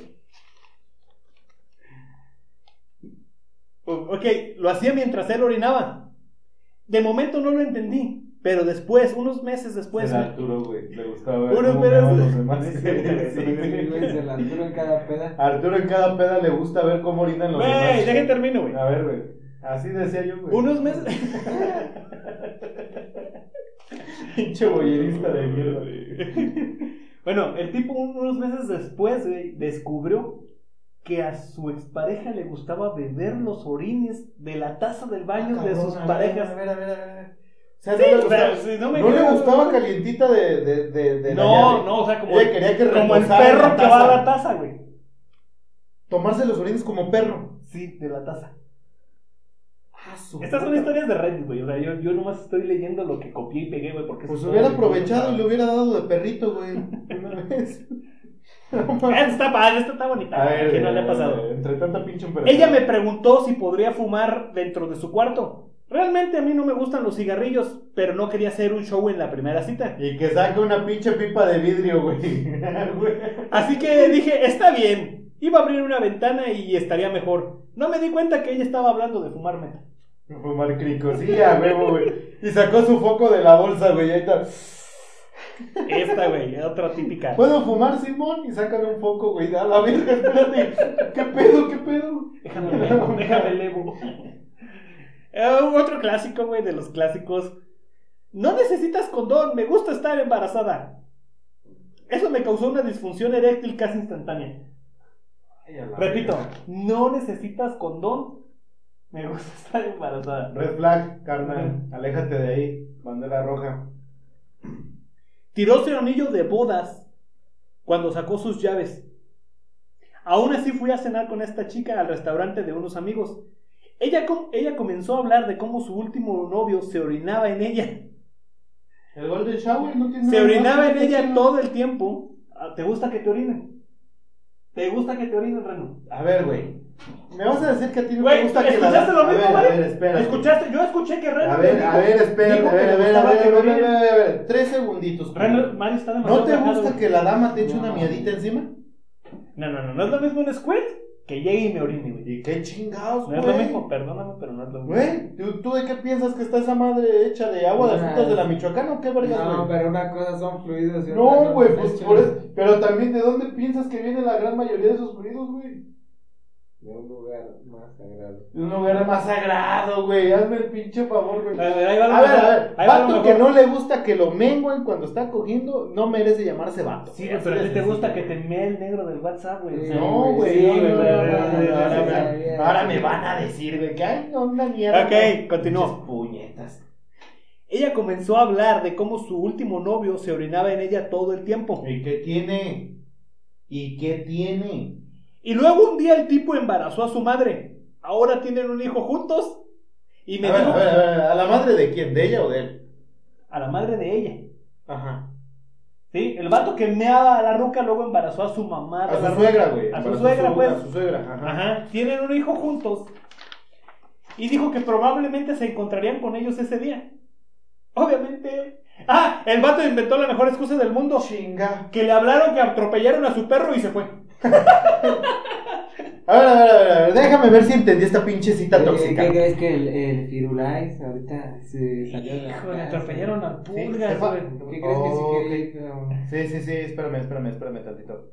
Speaker 1: O- Ok, lo hacía mientras él orinaba. De momento no lo entendí, pero después, unos meses después,
Speaker 3: Era Arturo, güey. Le gustaba
Speaker 1: Uno, pero-
Speaker 3: cómo meaban los demás.
Speaker 1: Sí, [laughs] sí,
Speaker 2: Sí, güey, se la Arturo en cada peda.
Speaker 3: Arturo en cada peda le gusta ver cómo orinan los
Speaker 1: Güey,
Speaker 3: demás.
Speaker 1: dejen termino, güey.
Speaker 3: A ver, güey. Así decía yo, güey.
Speaker 1: Unos meses.
Speaker 3: [laughs]
Speaker 1: [laughs]
Speaker 3: pinche bollerista de mierda.
Speaker 1: bueno, el tipo un- unos meses después güey, descubrió que a su expareja le gustaba beber los orines de la taza del baño de sus parejas.
Speaker 3: ver, Ah, a ver, a ver. O sea,
Speaker 1: Sí,
Speaker 3: no le
Speaker 1: o sea,
Speaker 3: gustaba,
Speaker 1: si no
Speaker 3: no
Speaker 1: me
Speaker 3: le
Speaker 1: quedo-
Speaker 3: gustaba calientita de, de, de, de la
Speaker 1: No,
Speaker 3: llave.
Speaker 1: no, o sea, como,
Speaker 3: Ella quería que
Speaker 1: como el
Speaker 3: reposara
Speaker 1: perro
Speaker 3: la
Speaker 1: que va a la
Speaker 3: taza.
Speaker 1: taza, güey.
Speaker 3: Tomarse los orines como perro.
Speaker 1: Sí, de la taza.
Speaker 3: Ah, su
Speaker 1: Estas son
Speaker 3: puta.
Speaker 1: historias de Reddit, güey. O sea, yo, yo nomás estoy leyendo lo que copié y pegué, güey, porque...
Speaker 3: Pues
Speaker 1: eso-
Speaker 3: hubiera aprovechado y le hubiera dado de
Speaker 1: [laughs]
Speaker 3: perrito, güey. Una vez.
Speaker 1: Esta está padre, esta está bonita.
Speaker 3: A ver,
Speaker 1: que no le
Speaker 3: eh,
Speaker 1: ha pasado.
Speaker 3: Entre tanta pinche
Speaker 1: Ella me preguntó si podría fumar dentro de su cuarto. Realmente a mí no me gustan los cigarrillos, pero no quería hacer un show en la primera cita.
Speaker 3: Y que saque una pinche pipa de
Speaker 1: [laughs]
Speaker 3: vidrio, güey. [laughs]
Speaker 1: Así que dije, está bien. Iba a abrir una ventana y estaría mejor. No me di cuenta que ella estaba hablando de fumar meta.
Speaker 3: Fumar crico, sí, a huevo, güey. Y sacó su foco de la bolsa, güey. Ahí está.
Speaker 1: Esta, güey, otra típica.
Speaker 3: ¿Puedo fumar, Simón? Y sácale un foco, güey. A la verga, espérate. ¿Qué pedo, qué pedo?
Speaker 8: Déjame levo, déjame levo.
Speaker 1: Eh, otro clásico, güey, de los clásicos. No necesitas condón, me gusta estar embarazada. Eso me causó una disfunción eréctil casi instantánea. Repito, no necesitas condón, me gusta estar embarazada.
Speaker 3: Red flag, carnal. Aléjate de ahí. Bandera roja.
Speaker 1: Tiró su anillo de bodas cuando sacó sus llaves. Aún así fui a cenar con esta chica al restaurante de unos amigos. Ella, com- ella comenzó a hablar de cómo su último novio se orinaba en ella.
Speaker 3: El Golden Shower no tiene
Speaker 1: Se
Speaker 3: nada
Speaker 1: orinaba
Speaker 3: más,
Speaker 1: en
Speaker 3: no
Speaker 1: ella
Speaker 3: tiene-
Speaker 1: todo el tiempo. Ah, ¿Te gusta que te orinen? ¿Te gusta que te orinen, Reno?
Speaker 3: A ver, güey. Me vas a decir que a ti no
Speaker 1: Güey,
Speaker 3: te gusta que la.
Speaker 1: ¿escuchaste lo mismo,
Speaker 3: a ver,
Speaker 1: Mari?
Speaker 3: a ver, espera.
Speaker 1: ¿Escuchaste? Yo escuché que Reno.
Speaker 3: A ver,
Speaker 1: dijo-
Speaker 3: a ver, espera.
Speaker 1: dijo
Speaker 3: A
Speaker 1: que
Speaker 3: ver,
Speaker 1: le
Speaker 3: a ver, a
Speaker 1: gustaba
Speaker 3: ver,
Speaker 1: que
Speaker 3: a ver, a ver,
Speaker 1: orinen.
Speaker 3: a ver, a ver. Tres segunditos.
Speaker 1: Reno,
Speaker 3: güey.
Speaker 1: Mario está demasiado
Speaker 3: ¿No te
Speaker 1: cagado,
Speaker 3: gusta
Speaker 1: güey.
Speaker 3: que la dama te eche una
Speaker 2: No.
Speaker 3: miadita encima?
Speaker 1: No, no, no, no es lo mismo un squirt que llegue y me orine, güey.
Speaker 3: ¿Y qué
Speaker 1: No
Speaker 3: chingados, güey?
Speaker 1: es lo mismo, perdóname, pero no es lo mismo.
Speaker 3: Güey, ¿tú, tú de qué piensas que está esa madre hecha de agua de
Speaker 2: Ah.
Speaker 3: frutas de la Michoacán o qué vergas, güey?
Speaker 2: No, pero una cosa son fluidos y otra
Speaker 3: No,
Speaker 2: son
Speaker 3: güey, pues
Speaker 2: leche.
Speaker 3: por eso. Pero también, ¿de dónde piensas que viene la gran mayoría de esos fluidos, güey?
Speaker 2: De un lugar más sagrado.
Speaker 3: De un lugar más sagrado, güey. Hazme el pinche favor,
Speaker 1: A
Speaker 3: güey.
Speaker 1: ver, ahí va lo
Speaker 3: A ver,
Speaker 1: mejor.
Speaker 3: a ver.
Speaker 1: Ahí va lo
Speaker 3: Vato
Speaker 1: mejor.
Speaker 3: que no le gusta que lo menguen cuando está cogiendo, no merece llamarse vato.
Speaker 1: Sí, güey,
Speaker 3: Así
Speaker 1: pero a
Speaker 3: de
Speaker 1: ti te gusta que
Speaker 3: sencillo.
Speaker 1: te mee el negro del WhatsApp, güey. O sea,
Speaker 3: No, güey.
Speaker 1: Sí, güey,
Speaker 3: no, no,
Speaker 1: pero-
Speaker 3: no, no,
Speaker 1: pero-
Speaker 3: no, no,
Speaker 1: pero-
Speaker 3: no. Ahora me van a decir, güey, que ay, no, una mierda.
Speaker 1: Ok, continúo.
Speaker 3: Pinches Puñetas.
Speaker 1: Ella comenzó a hablar de cómo su último novio se orinaba en ella todo el tiempo.
Speaker 3: ¿Y qué tiene? ¿Y qué tiene?
Speaker 1: Y luego un día el tipo embarazó a su madre. Ahora tienen un hijo juntos. Y me
Speaker 3: a, ver,
Speaker 1: dijo
Speaker 3: a ver, a ver, ¿a la madre de quién? ¿De ella o de él?
Speaker 1: a la madre de ella.
Speaker 3: Ajá.
Speaker 1: Sí, el vato que meaba a la ruca luego embarazó a su mamá. de la
Speaker 3: A su
Speaker 1: ruca.
Speaker 3: suegra, güey.
Speaker 1: A su
Speaker 3: Para
Speaker 1: suegra,
Speaker 3: su-
Speaker 1: pues.
Speaker 3: A su suegra, ajá.
Speaker 1: Ajá, tienen un hijo juntos. Y dijo que probablemente se encontrarían con ellos ese día. Obviamente. Ah, el vato inventó la mejor excusa del mundo.
Speaker 3: Oh, Chinga.
Speaker 1: Que le hablaron que atropellaron a su perro y se fue.
Speaker 3: A ver, a ver, a ver, a ver, déjame ver si entendí esta pinche cita
Speaker 2: Eh,
Speaker 3: tóxica.
Speaker 2: ¿Qué crees que el, el Firulais ahorita se salió de la
Speaker 1: Hijo, le
Speaker 2: casa?
Speaker 1: atropellaron a
Speaker 3: se
Speaker 1: pulgas,
Speaker 3: fue.
Speaker 1: güey.
Speaker 2: ¿Qué crees que
Speaker 3: Oh,
Speaker 2: sí
Speaker 3: Sí,
Speaker 2: que
Speaker 3: sí, sí, espérame, espérame, espérame tantito.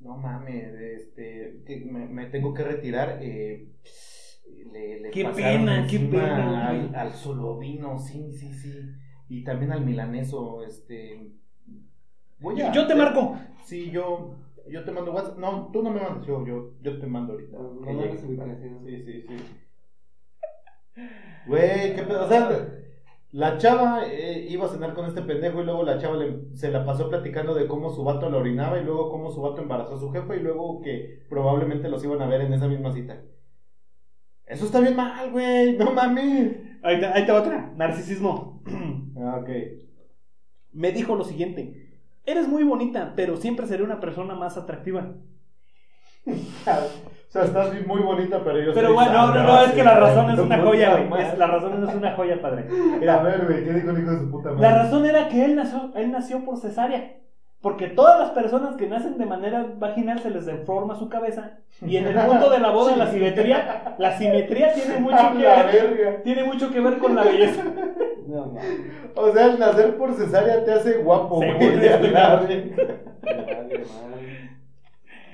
Speaker 3: No mames, este, que me, me tengo que retirar. Eh, le, le
Speaker 1: Qué
Speaker 3: pasaron
Speaker 1: pena, qué
Speaker 3: encima
Speaker 1: pena, güey.
Speaker 3: Al, al solovino, sí, sí, sí. Y también al milaneso, este. voy a-
Speaker 1: Yo te marco.
Speaker 3: Sí, yo, yo te mando WhatsApp. No, tú no me mandas, yo, yo, yo te mando ahorita.
Speaker 2: No,
Speaker 3: Que
Speaker 2: no
Speaker 3: llegue.
Speaker 2: mandes ubicación.
Speaker 3: Sí, sí, sí. Güey, qué pedo. O sea, la chava eh, iba a cenar con este pendejo y luego la chava le- se la pasó platicando de cómo su vato la orinaba y luego cómo su vato embarazó a su jefe y luego que probablemente los iban a ver en esa misma cita. Eso está bien mal, güey. No mames.
Speaker 1: Ahí te, ahí te va otra. Narcisismo.
Speaker 3: Ah, ok.
Speaker 1: Me dijo lo siguiente. Eres muy bonita, pero siempre seré una persona más atractiva.
Speaker 3: O sea, estás muy bonita, pero yo
Speaker 1: Pero
Speaker 3: soy
Speaker 1: bueno, no, no, no, es
Speaker 3: sabrosa,
Speaker 1: que la razón es
Speaker 3: tu
Speaker 1: una
Speaker 3: puta
Speaker 1: joya, güey.
Speaker 3: madre.
Speaker 1: Es- La razón es una joya, padre.
Speaker 3: A ver, güey, ¿qué dijo el hijo de su puta madre?
Speaker 1: La razón era que él nació, él nació por cesárea. Porque todas las personas que nacen de manera vaginal se les deforma su cabeza. Y en el mundo de la boda, la simetría, la simetría tiene mucho
Speaker 3: A
Speaker 1: que
Speaker 3: la
Speaker 1: ver,
Speaker 3: verga.
Speaker 1: tiene mucho que ver con la belleza.
Speaker 2: No, mames.
Speaker 3: O sea, el nacer por cesárea te hace guapo, güey.
Speaker 1: Según
Speaker 3: de
Speaker 1: este
Speaker 3: verdad.
Speaker 2: Vale, madre.
Speaker 3: [laughs]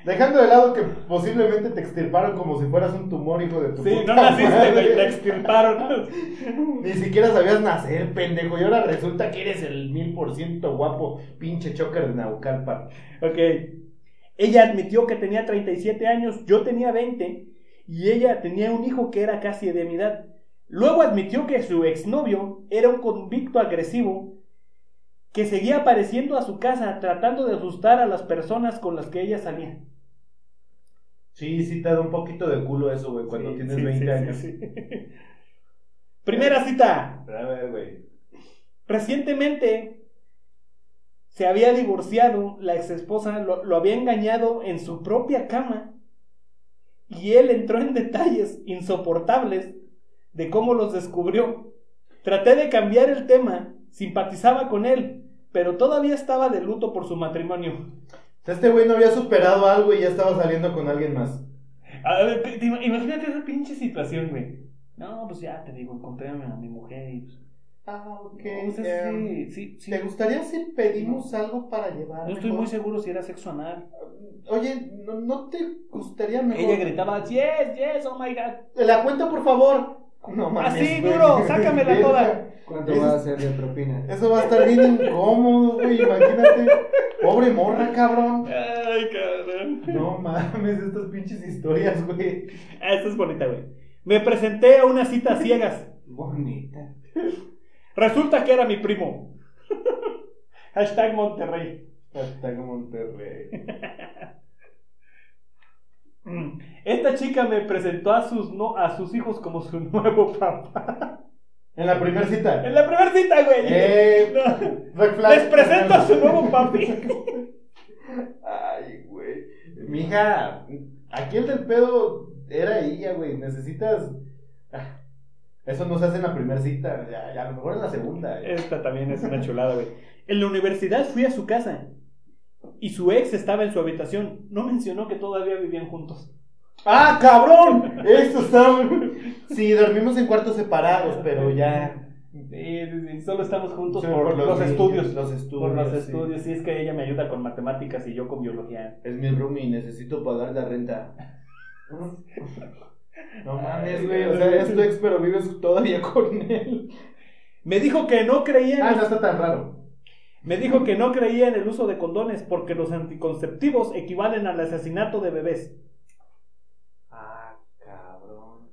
Speaker 3: Dejando de lado que posiblemente te extirparon como si fueras un tumor, hijo de tu
Speaker 1: Sí,
Speaker 3: puta
Speaker 1: no naciste,
Speaker 3: madre.
Speaker 1: güey, la extirparon.
Speaker 3: Ni siquiera sabías nacer, pendejo. Y ahora resulta que eres el mil por ciento guapo, pinche choker de Naucalpan.
Speaker 1: Ok. Ella admitió que tenía 37 años, yo tenía 20 y ella tenía un hijo que era casi de mi edad. Luego admitió que su exnovio era un convicto agresivo que seguía apareciendo a su casa tratando de asustar a las personas con las que ella salía.
Speaker 3: Sí, sí, te da un poquito de culo eso, güey, cuando
Speaker 1: Sí,
Speaker 3: tienes
Speaker 1: sí,
Speaker 3: 20
Speaker 1: sí,
Speaker 3: años.
Speaker 1: sí, [laughs] sí. Primera cita.
Speaker 3: A ver, güey.
Speaker 1: Recientemente se había divorciado, la exesposa lo, lo había engañado en su propia cama y él entró en detalles insoportables de cómo los descubrió. Traté de cambiar el tema, simpatizaba con él, pero todavía estaba de luto por su matrimonio.
Speaker 3: O sea, este güey no había superado algo y ya estaba saliendo con alguien más.
Speaker 1: A ver, te- te ima- imagínate esa pinche situación, güey. No, pues ya te digo, encontré a mi, a mi mujer y pues,
Speaker 3: Ah, ok. em,
Speaker 1: no, o sea, sí, sí, sí.
Speaker 3: ¿Te gustaría si pedimos algo para llevar?
Speaker 1: No estoy
Speaker 3: mejor?
Speaker 1: muy seguro si era sexo anal.
Speaker 3: Oye, ¿no, no te gustaría mejor?
Speaker 1: Ella gritaba, yes, yes, oh my god.
Speaker 3: La cuenta, por favor. No mames.
Speaker 1: Así,
Speaker 3: güey.
Speaker 1: "Ah, duro,
Speaker 3: [laughs]
Speaker 1: sácamela toda.
Speaker 2: ¿Cuánto
Speaker 3: Ese-
Speaker 2: va a ser de propina?
Speaker 3: Eso va a estar bien incómodo, güey. Imagínate. Pobre morra, cabrón.
Speaker 1: Ay, cabrón.
Speaker 3: No mames, estas pinches historias, güey.
Speaker 1: Ah, Esta es bonita, güey. Me presenté a una cita a ciegas.
Speaker 2: Bonita.
Speaker 1: Resulta que era mi primo. [laughs] Hashtag Monterrey.
Speaker 3: Hashtag Monterrey.
Speaker 1: Mm. Esta chica me presentó a sus, no, a sus hijos como su [laughs] nuevo papá.
Speaker 3: En la primera cita.
Speaker 1: En la primera cita, güey.
Speaker 3: Eh,
Speaker 1: [laughs] No.
Speaker 3: Red flag.
Speaker 1: Les presento a su nuevo papi.
Speaker 3: Ay, güey. Mija, aquí el del pedo era ella, güey. Necesitas. Ah, Eso no se hace en la primera cita. ya- ya, a lo mejor en la segunda. eh.
Speaker 1: Esta también es una chulada, güey. En la universidad fui a su casa y su ex estaba en su habitación. No mencionó que todavía vivían juntos.
Speaker 3: ¡Ah, cabrón! Eso está. Sí, dormimos en cuartos separados, pero ya.
Speaker 1: solo estamos juntos
Speaker 3: Sí,
Speaker 1: por, los,
Speaker 3: niños,
Speaker 1: estudios.
Speaker 3: Los estudios.
Speaker 1: por los
Speaker 3: sí.
Speaker 1: estudios. Y es que ella me ayuda con matemáticas y yo con biología.
Speaker 3: Es mi roomie, necesito pagar la renta. No mames, güey. O sea, es tu ex, pero vives todavía con él.
Speaker 1: Me dijo que no creía en
Speaker 3: Ah,
Speaker 1: los-
Speaker 3: no está tan raro.
Speaker 1: Me dijo que no creía en el uso de condones porque los anticonceptivos equivalen al asesinato de bebés.
Speaker 9: Ah, cabrón.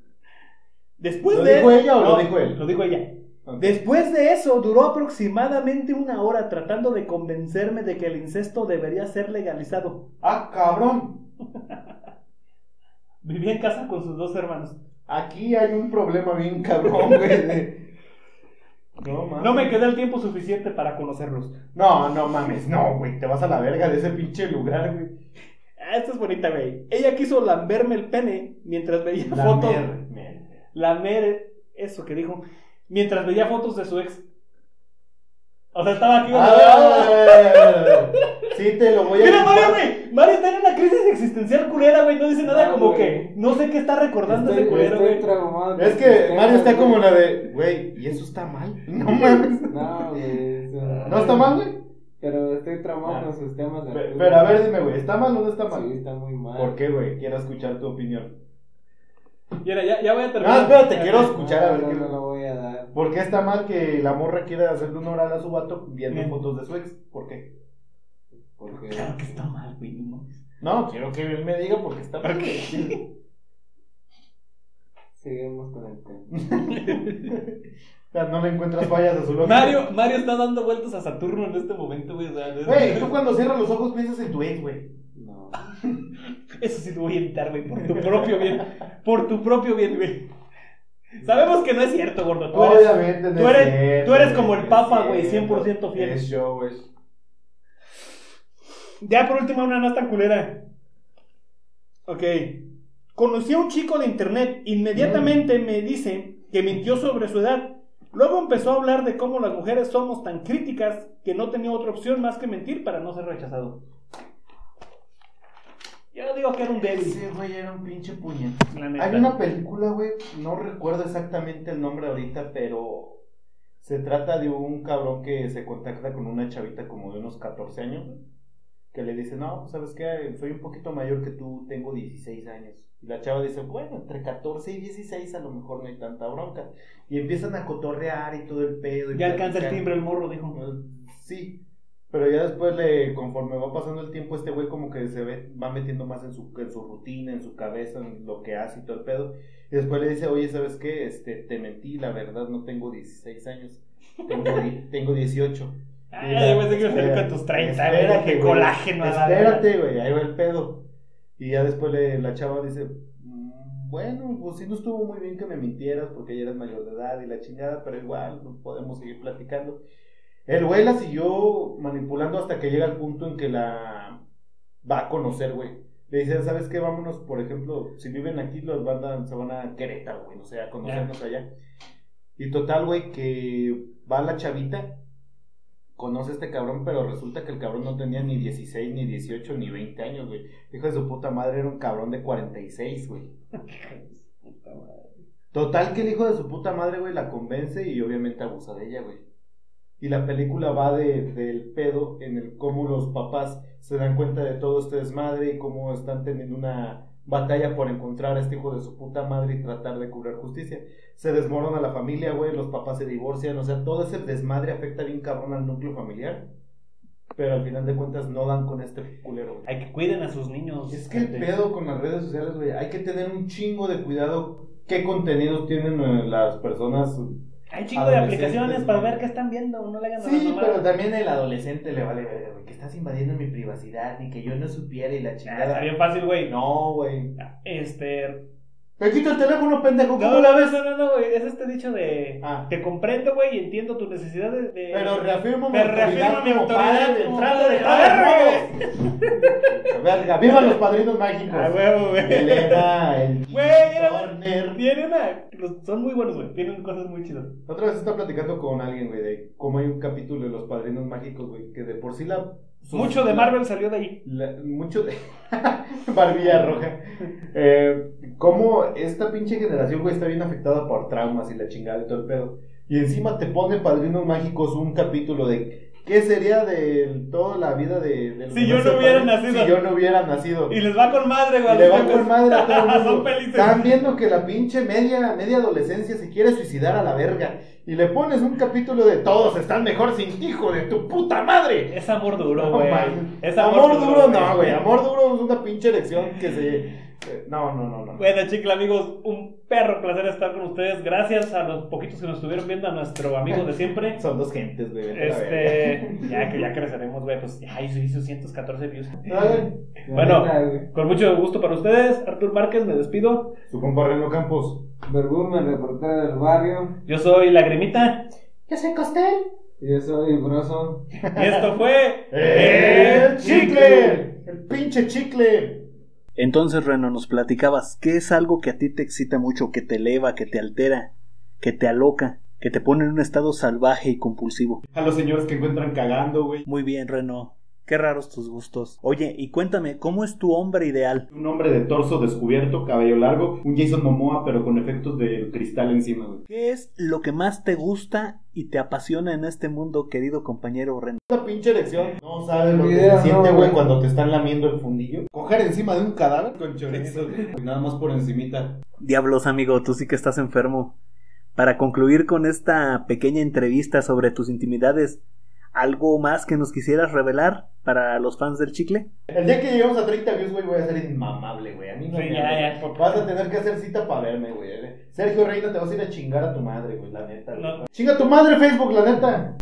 Speaker 1: Después
Speaker 3: ¿Lo
Speaker 1: de
Speaker 3: dijo ella o Pues lo dijo él?
Speaker 1: Lo dijo ella.
Speaker 3: Ok.
Speaker 1: Después de eso duró aproximadamente una hora tratando de convencerme de que el incesto debería ser legalizado.
Speaker 3: Ah, cabrón.
Speaker 1: Vivía en casa con sus dos hermanos.
Speaker 3: Aquí hay un problema bien cabrón, güey. de- No mames.
Speaker 1: No me quedé el tiempo suficiente para conocerlos.
Speaker 3: No, no mames, no, güey. Te vas a la verga de ese pinche lugar, güey.
Speaker 1: Ah, Esta es bonita, güey. Ella quiso lamberme el pene mientras veía
Speaker 3: La
Speaker 1: fotos.
Speaker 3: mer- mer-
Speaker 1: Lamer, eso que dijo. Mientras veía fotos de su ex. O sea, estaba aquí.
Speaker 3: Ah, [laughs] sí, te lo voy a.
Speaker 1: Mira, Mario,
Speaker 3: quitar.
Speaker 1: güey. Mario está en una crisis existencial culera, güey. No dice nada
Speaker 2: Ah,
Speaker 1: como
Speaker 2: güey.
Speaker 1: que. No sé qué está recordando
Speaker 2: Estoy,
Speaker 1: ese culero,
Speaker 2: estoy
Speaker 1: güey.
Speaker 2: traumado. con
Speaker 3: Es
Speaker 2: tus
Speaker 3: que
Speaker 2: temas,
Speaker 3: Mario está
Speaker 2: güey.
Speaker 3: como la de, güey, ¿y eso está mal? [laughs] No mames. [laughs]
Speaker 2: No, güey. eso-
Speaker 3: ¿No está mal, güey?
Speaker 2: Pero estoy traumado
Speaker 3: Ah.
Speaker 2: con sus temas de
Speaker 3: Pe-
Speaker 2: altura.
Speaker 3: Pero a ver, dime, güey, ¿está mal o no está
Speaker 2: Sí,
Speaker 3: mal?
Speaker 2: está muy mal.
Speaker 3: ¿Por qué, güey? Quiero escuchar tu opinión.
Speaker 1: Mira, ya, ya voy a terminar.
Speaker 3: No, espérate, quiero
Speaker 2: No,
Speaker 3: escuchar a ver
Speaker 2: no,
Speaker 3: qué-
Speaker 2: no lo voy a dar.
Speaker 3: ¿Por qué está mal que la morra quiera hacerle un oral a su vato viendo
Speaker 1: Bien.
Speaker 3: fotos de su ex? ¿Por qué?
Speaker 2: Porque...
Speaker 1: Claro que está mal, güey. no mames.
Speaker 3: No, quiero que él me diga por qué está mal.
Speaker 2: Seguimos con el tema.
Speaker 3: O sea, no le encuentras fallas a su lógica.
Speaker 1: Mario, Mario está dando vueltas a Saturno en este momento, güey. o sea, es-
Speaker 3: Güey, tú cuando cierras los ojos piensas en tu ex, güey.
Speaker 2: No.
Speaker 1: Eso sí te voy a editar, güey. Por tu propio bien. Por tu propio bien, güey. Sabemos que no es cierto, gordo. Tú eres.
Speaker 3: Obviamente, no
Speaker 1: tú
Speaker 3: es
Speaker 1: eres-
Speaker 3: cierto,
Speaker 1: tú eres
Speaker 3: güey,
Speaker 1: como el
Speaker 3: no es
Speaker 1: Papa, güey,
Speaker 3: cierto.
Speaker 1: 100% fiel.
Speaker 3: Es show, es
Speaker 1: Ya por último, una no tan culera. Ok. Conocí a un chico de internet.
Speaker 3: Mm.
Speaker 1: Inmediatamente me dice que mintió sobre su edad. Luego empezó a hablar de cómo las mujeres somos tan críticas que no tenía otra opción más que mentir para no ser rechazado. Yo digo que era un débil.
Speaker 3: Ese güey era un pinche puñet.
Speaker 1: la neta.
Speaker 3: Hay una película, güey, no recuerdo exactamente el nombre ahorita, pero se trata de un cabrón que se contacta con una chavita como de unos 14 años, que le dice, no, ¿sabes qué? Soy un poquito mayor que tú, tengo 16 años. Y la chava dice, bueno, entre 14 y 16 a lo mejor no hay tanta bronca. Y empiezan a cotorrear y todo el pedo. y
Speaker 1: Ya alcanza el
Speaker 3: platican.
Speaker 1: timbre el morro, dijo.
Speaker 3: Sí, pero ya después, le, conforme va pasando el tiempo, este güey como que se ve, va metiendo más en su, en su rutina, en su cabeza, en lo que hace y todo el pedo. Y después le dice, oye, ¿sabes qué? Este, te mentí, la verdad, no tengo 16 años, tengo, di- tengo 18.
Speaker 1: Ay, yo pensé que iba a salir con tus 30, güey.
Speaker 3: Espérate,
Speaker 1: Qué
Speaker 3: güey.
Speaker 1: colágeno, a la verga.
Speaker 3: Espérate, güey, ahí va el pedo. Y ya después le- la chava dice, "Mm, bueno, pues sí no estuvo muy bien que me mintieras porque ya eras mayor de edad y la chingada, pero igual no podemos seguir platicando. El güey la siguió manipulando hasta que llega al punto en que la va a conocer, güey. Le dice, ¿sabes qué? Vámonos, por ejemplo, si viven aquí, los bandas se van a Querétaro, güey, o sea, a conocernos allá. Y total, güey, que va la chavita, conoce a este cabrón, pero resulta que el cabrón no tenía ni 16, ni 18, ni 20 años, güey. Hijo de su puta madre, era un cabrón de 46, güey. Total, que el hijo de su puta madre, güey, la convence y obviamente abusa de ella, güey. Y la película va de, del pedo en el cómo los papás se dan cuenta de todo este desmadre y cómo están teniendo una batalla por encontrar a este hijo de su puta madre y tratar de cobrar justicia. Se desmorona la familia, güey, los papás se divorcian, o sea, todo ese desmadre afecta bien cabrón al núcleo familiar. Pero al final de cuentas no dan con este culero, güey.
Speaker 1: Hay que cuiden a sus niños.
Speaker 3: Pues Es que el
Speaker 1: gente.
Speaker 3: pedo con las redes sociales, güey, hay que tener un chingo de cuidado qué contenidos tienen eh, las personas.
Speaker 1: Hay un chingo de
Speaker 3: Adolescentes,
Speaker 1: aplicaciones
Speaker 3: ¿no?
Speaker 1: para ver qué están viendo. No le hagan a la
Speaker 3: Sí,
Speaker 1: mamada.
Speaker 3: pero también el adolescente le vale verga, güey, que estás invadiendo mi privacidad ni que yo no supiera y la
Speaker 1: Ah, Está
Speaker 3: chingada.
Speaker 1: bien fácil, güey.
Speaker 3: No, güey.
Speaker 1: Este.
Speaker 3: Me quito el teléfono, pendejo.
Speaker 1: No,
Speaker 3: ¿cómo la ves?
Speaker 1: no, no, no, güey. Es este dicho de.
Speaker 3: Ah,
Speaker 1: Te comprendo, güey, y entiendo tus necesidades de.
Speaker 3: pero reafirmo mi
Speaker 1: Pero reafirmo
Speaker 3: autoridad
Speaker 1: mi
Speaker 3: como
Speaker 1: autoridad
Speaker 3: padre,
Speaker 1: como
Speaker 3: entrando de
Speaker 1: padre.
Speaker 3: todos modos. Verga, viva los padrinos mágicos.
Speaker 1: A huevo, güey. [laughs]
Speaker 3: Elena, el
Speaker 1: Güey, era-
Speaker 3: Turner.
Speaker 1: Tienen a- los- Son muy buenos, güey. Tienen cosas muy chidas.
Speaker 3: Otra vez estaba platicando con alguien, güey, de cómo hay un capítulo de los padrinos mágicos, güey, que de por sí la.
Speaker 1: Mucho de Marvel salió de ahí.
Speaker 3: la- mucho de. [laughs] Barbilla roja. Eh, cómo esta pinche generación, güey, está bien afectada por traumas y la chingada y todo el pedo. Y encima te pone padrinos mágicos un capítulo de. ¿Qué sería de toda la vida de. del
Speaker 1: Si yo no
Speaker 3: universo de
Speaker 1: hubiera
Speaker 3: padrinos?
Speaker 1: nacido.
Speaker 3: Si yo no hubiera nacido.
Speaker 1: Y les va con madre, güey. a
Speaker 3: Y le
Speaker 1: los
Speaker 3: va
Speaker 1: locos.
Speaker 3: con
Speaker 1: [laughs]
Speaker 3: madre a todo el mundo.
Speaker 1: Son felices.
Speaker 3: Están viendo que la pinche media, media adolescencia se quiere suicidar a la verga. Y le pones un capítulo de todos están mejor sin ti, hijo de tu puta madre.
Speaker 1: Es amor duro,
Speaker 3: No,
Speaker 1: güey.
Speaker 3: man.
Speaker 1: es
Speaker 3: amor, duro, no, güey. Amor duro es una pinche elección que se. eh, No, no, no, no.
Speaker 1: Bueno, chicos, amigos, un perro placer estar con ustedes. Gracias a los poquitos que nos estuvieron viendo, a nuestro amigo de siempre.
Speaker 3: Son dos gentes, güey. vete a la verga.
Speaker 1: Este, ya que ya creceremos, güey, pues ya hizo, hizo 114 views.
Speaker 2: Ay, la
Speaker 1: Bueno.
Speaker 2: neta, güey.
Speaker 1: Con mucho gusto para ustedes, Artur Márquez, me despido.
Speaker 3: Su compa Reno Campos.
Speaker 2: Vergüenza, el reportero del barrio.
Speaker 1: Yo soy Lagrimita
Speaker 2: Y yo soy Broso.
Speaker 1: y esto fue
Speaker 3: ¡El chicle! ¡El pinche chicle!
Speaker 10: Entonces, Reno, nos platicabas qué es algo que a ti te excita mucho, que te eleva, que te altera, que te aloca, que te pone en un estado salvaje y compulsivo.
Speaker 3: A los señores que encuentran cagando, güey.
Speaker 10: Muy bien, Reno. Qué raros tus gustos. Oye, y cuéntame, ¿cómo es tu hombre ideal?
Speaker 3: Un hombre de torso descubierto, cabello largo, un Jason Momoa, pero con efectos de cristal encima, güey.
Speaker 10: ¿Qué es lo que más te gusta y te apasiona en este mundo, querido compañero Reno?
Speaker 3: Esta pinche erección. No sabes
Speaker 2: El
Speaker 3: lo que
Speaker 2: video,
Speaker 3: se siente, güey,
Speaker 2: no, güey.
Speaker 3: cuando te están lamiendo el fundillo. Coger encima de un cadáver con chorizo, güey. Nada más por encimita.
Speaker 10: Diablos, amigo, tú sí que estás enfermo. Para concluir con esta pequeña entrevista sobre tus intimidades, ¿algo más que nos quisieras revelar para los fans del chicle?
Speaker 3: El día que lleguemos a 30 views, güey, voy a ser inmamable, güey. A mí no
Speaker 1: Sí,
Speaker 3: me
Speaker 1: ya,
Speaker 3: hables.
Speaker 1: ya, por-
Speaker 3: Vas a tener que hacer cita para verme, güey. Sergio Reina, te vas a ir a chingar a tu madre, güey, la neta. güey.
Speaker 1: No.
Speaker 3: Chinga a tu madre, Facebook, la neta.